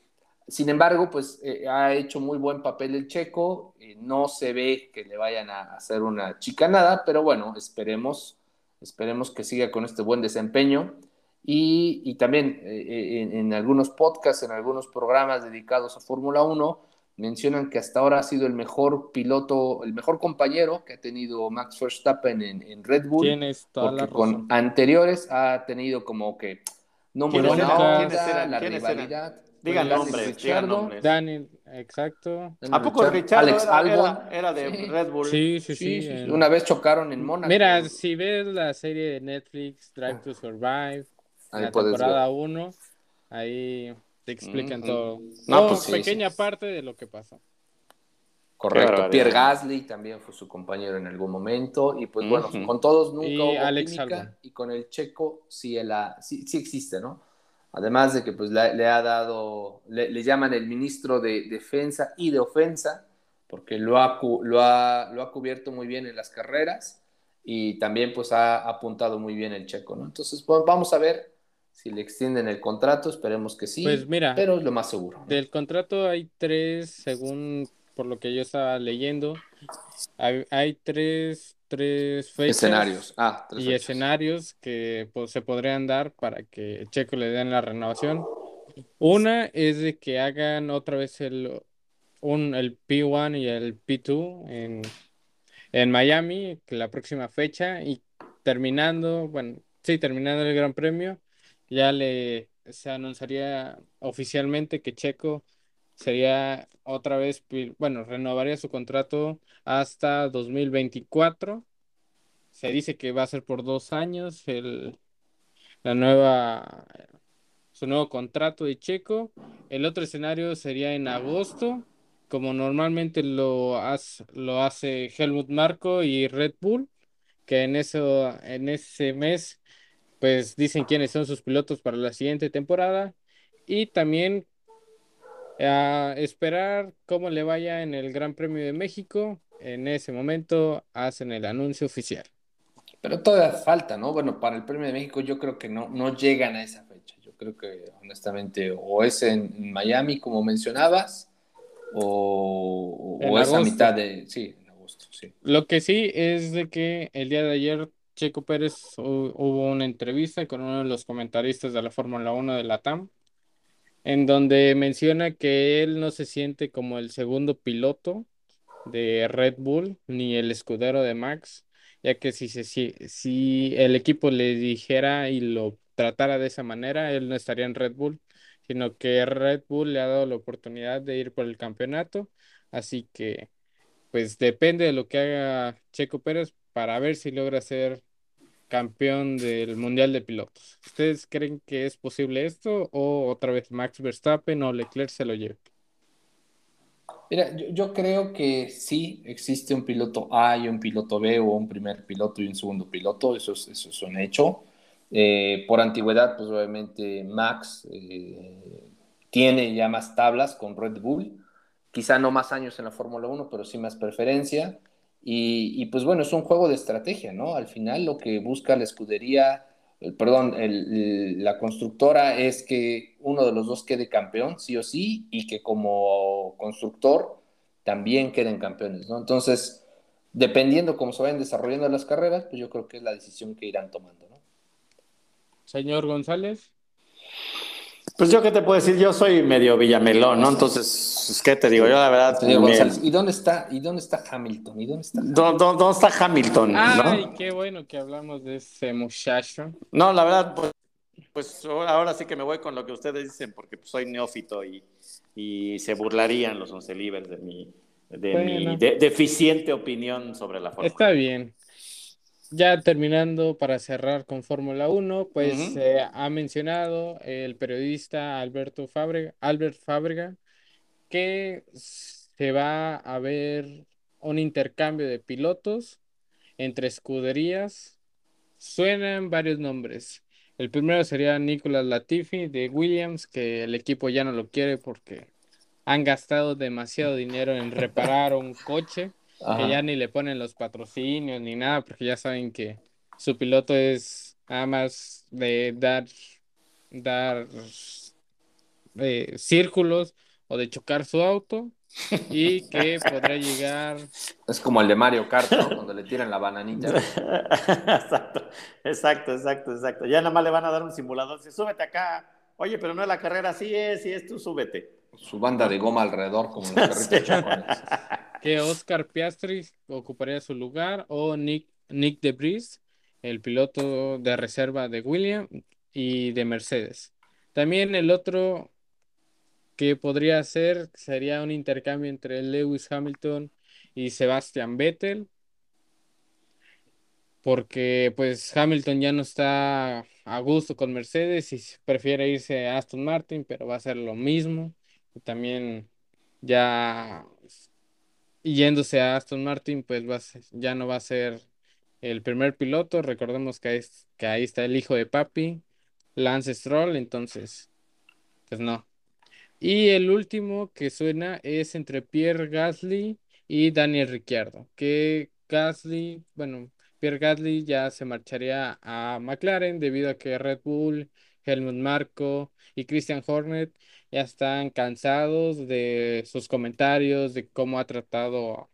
sin embargo, pues eh, ha hecho muy buen papel el Checo. eh, no se ve que le vayan a hacer una chicanada, pero bueno, esperemos, esperemos que siga con este buen desempeño. Y, y también eh, eh, en, en algunos podcasts, en algunos programas dedicados a Fórmula 1, mencionan que hasta ahora ha sido el mejor piloto, el mejor compañero que ha tenido Max Verstappen en, en Red Bull, Tienes toda porque la con razón. anteriores ha tenido como que no muy ¿Quiénes buena eran? onda, ¿Quiénes eran? la ¿Quiénes eran? rivalidad. Pues, Digan Daniel nombres, digan Ricciardo, nombres. Daniel, exacto. Daniel ¿A poco Ricciardo, Richard Alex era, Albon. era- era de Sí. Red Bull? Sí, sí, sí. Sí, sí, el- Una vez chocaron en Mónaco. Mira, si ves la serie de Netflix, Drive to Survive, Ahí la puedes ver. temporada 1, ahí te explican Ujú. todo. No, No, pues sí, pequeña parte de lo que pasa. Correcto. barbaridad. Pierre Gasly también fue su compañero en algún momento. Y pues bueno, Ujú. con todos nunca Y hubo Alex química, Albon. Y con el checo sí, él ha- sí, sí existe, ¿no? Además de que pues la- le ha dado, le, le llaman el ministro de defensa y de ofensa, porque lo ha, cu- lo, ha, lo ha cubierto muy bien en las carreras y también pues ha apuntado muy bien el checo, ¿no? Entonces bueno, vamos a ver si le extienden el contrato, esperemos que sí, Pues mira, pero es lo más seguro. ¿no? Del contrato hay tres, según por lo que yo estaba leyendo, hay, hay tres, tres fechas Escenarios. Ah, tres y fechas. escenarios que pues, se podrían dar para que Checo le den la renovación. Una es de que hagan otra vez el, un, el P1 y el P2 en, en Miami, que la próxima fecha, y terminando, bueno, sí, terminando el Gran Premio, ya le se anunciaría oficialmente que Checo sería otra vez, pi- bueno, renovaría su contrato hasta 2024. Se dice que va a ser por dos años el, la nueva, su nuevo contrato de Checo. El otro escenario sería en agosto, como normalmente lo, hace- lo hace Helmut Marko y Red Bull, que en, eso, en ese mes pues dicen quiénes son sus pilotos para la siguiente temporada y también a esperar cómo le vaya en el Gran Premio de México. En ese momento hacen el anuncio oficial. Pero todavía falta, ¿no? Bueno, para el Premio de México yo creo que no, no llegan a esa fecha. Yo creo que honestamente o es en Miami, como mencionabas, o, o En es a agosto. mitad de... Sí, en agosto, sí. Lo que sí es de que el día de ayer Checo Pérez hu- hubo una entrevista con uno de los comentaristas de la Fórmula 1 de la TAM, en donde menciona que él no se siente como el segundo piloto de Red Bull ni el escudero de Max, ya que si, se- si, si el equipo le dijera y lo tratara de esa manera, él no estaría en Red Bull, sino que Red Bull le ha dado la oportunidad de ir por el campeonato, así que pues depende de lo que haga Checo Pérez para ver si logra ser campeón del Mundial de Pilotos. ¿Ustedes creen que es posible esto o otra vez Max Verstappen o Leclerc se lo lleve? Mira, yo, yo creo que sí existe un piloto A y un piloto B o un primer piloto y un segundo piloto, eso es, eso es un hecho. Eh, por antigüedad, pues obviamente Max eh, tiene ya más tablas con Red Bull, quizá no más años en la Fórmula 1, pero sí más preferencia. Y, y, pues bueno, es un juego de estrategia, ¿no? Al final lo que busca la escudería, el, perdón, el, el, la constructora es que uno de los dos quede campeón, sí o sí, y que como constructor también queden campeones, ¿no? Entonces, dependiendo cómo se vayan desarrollando las carreras, pues yo creo que es la decisión que irán tomando, ¿no? Señor González. Pues yo qué te puedo decir, yo soy medio villamelón, ¿no? Entonces, pues, ¿qué te digo? Yo la verdad... Señor me- González, ¿y dónde está, y dónde está Hamilton? ¿Y dónde está Hamilton? ¿Dó- dó- ¿Dónde está Hamilton? Ay, ¿no? qué bueno que hablamos de ese muchacho. No, la verdad, pues, pues ahora ahora sí que me voy con lo que ustedes dicen, porque pues, soy neófito y, y se burlarían los once libres de mi, de mi Bueno. de- deficiente opinión sobre la forma. Está bien. Ya terminando para cerrar con Fórmula 1, pues Ujú. eh, ha mencionado el periodista Alberto Fábrega, Albert Fábrega que se va a ver un intercambio de pilotos entre escuderías. Suenan varios nombres. El primero sería Nicolas Latifi de Williams, que el equipo ya no lo quiere porque han gastado demasiado dinero en reparar un coche que Ajá. ya ni le ponen los patrocinios ni nada, porque ya saben que su piloto es nada más de dar, dar eh, círculos o de chocar su auto y que podrá llegar. Es como el de Mario Kart, ¿no? Cuando le tiran la bananita. [LAUGHS] [LAUGHS] exacto, exacto, exacto, exacto. Ya nada más le van a dar un simulador. Dice, súbete acá. Oye, pero no es la carrera, así es, sí es, tú súbete. Su banda de goma alrededor, [LAUGHS] como los perritos chocones. que Oscar Piastri ocuparía su lugar o Nick, Nick de Vries, el piloto de reserva de Williams y de Mercedes. También el otro que podría ser sería un intercambio entre Lewis Hamilton y Sebastian Vettel, porque pues Hamilton ya no está a gusto con Mercedes y prefiere irse a Aston Martin, pero va a ser lo mismo. Y también ya y yéndose a Aston Martin, pues va a ser- ya no va a ser el primer piloto. Recordemos que ahí, es- que ahí está el hijo de papi, Lance Stroll, entonces, pues no. Y el último que suena es entre Pierre Gasly y Daniel Ricciardo, que Gasly, bueno, Pierre Gasly ya se marcharía a McLaren debido a que Red Bull, Helmut Marko y Christian Hornet ya están cansados de sus comentarios, de cómo ha tratado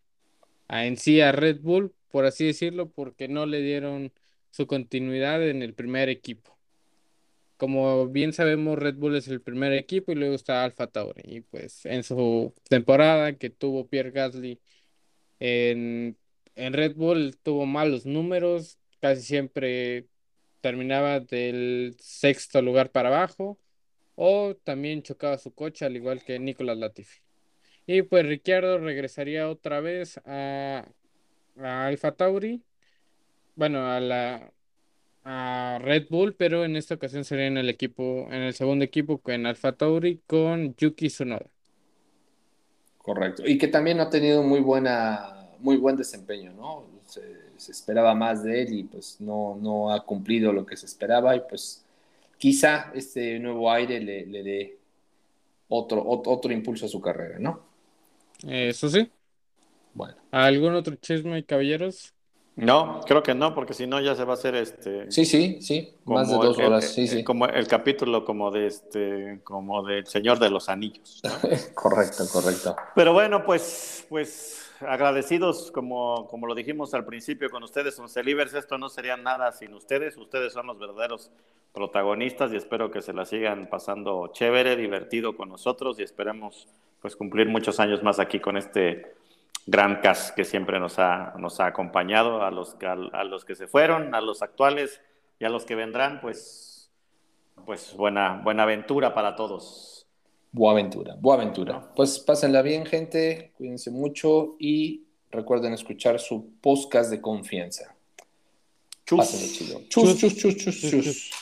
a en sí a Red Bull, por así decirlo, porque no le dieron su continuidad en el primer equipo. Como bien sabemos, Red Bull es el primer equipo y luego está Alfa Tauri. Y pues en su temporada que tuvo Pierre Gasly en, en Red Bull, tuvo malos números, casi siempre terminaba del sexto lugar para abajo o también chocaba su coche, al igual que Nicolás Latifi. Y pues Ricciardo regresaría otra vez a, a Alfa Tauri, bueno, a la a Red Bull, pero en esta ocasión sería en el equipo, en el segundo equipo en Alfa Tauri con Yuki Tsunoda. Correcto. Y que también ha tenido muy buena, muy buen desempeño, ¿no? Se, se esperaba más de él y pues no, no ha cumplido lo que se esperaba y pues quizá este nuevo aire le, le dé otro, ot- otro impulso a su carrera, ¿no? Eso sí. Bueno. ¿Algún otro chisme, caballeros? No, creo que no, porque si no ya se va a hacer este. Sí, sí, sí. Más de como dos el- horas. el- Sí, sí. Como el capítulo como de este, como del Señor de los Anillos. Correcto, correcto. Pero bueno, pues, pues agradecidos, como, como lo dijimos al principio con ustedes, Oncelivers, esto no sería nada sin ustedes. Ustedes son los verdaderos protagonistas y espero que se la sigan pasando chévere, divertido con nosotros y esperemos pues cumplir muchos años más aquí con este gran cast que siempre nos ha, nos ha acompañado, a los, que- a, a los que se fueron, a los actuales y a los que vendrán, pues, pues buena, buena aventura para todos. Buaventura, Buaventura. Pues pásenla bien, gente. Cuídense mucho y recuerden escuchar su podcast de confianza. Chus. Pásenla chido. Chus, chus, chus, chus, chus.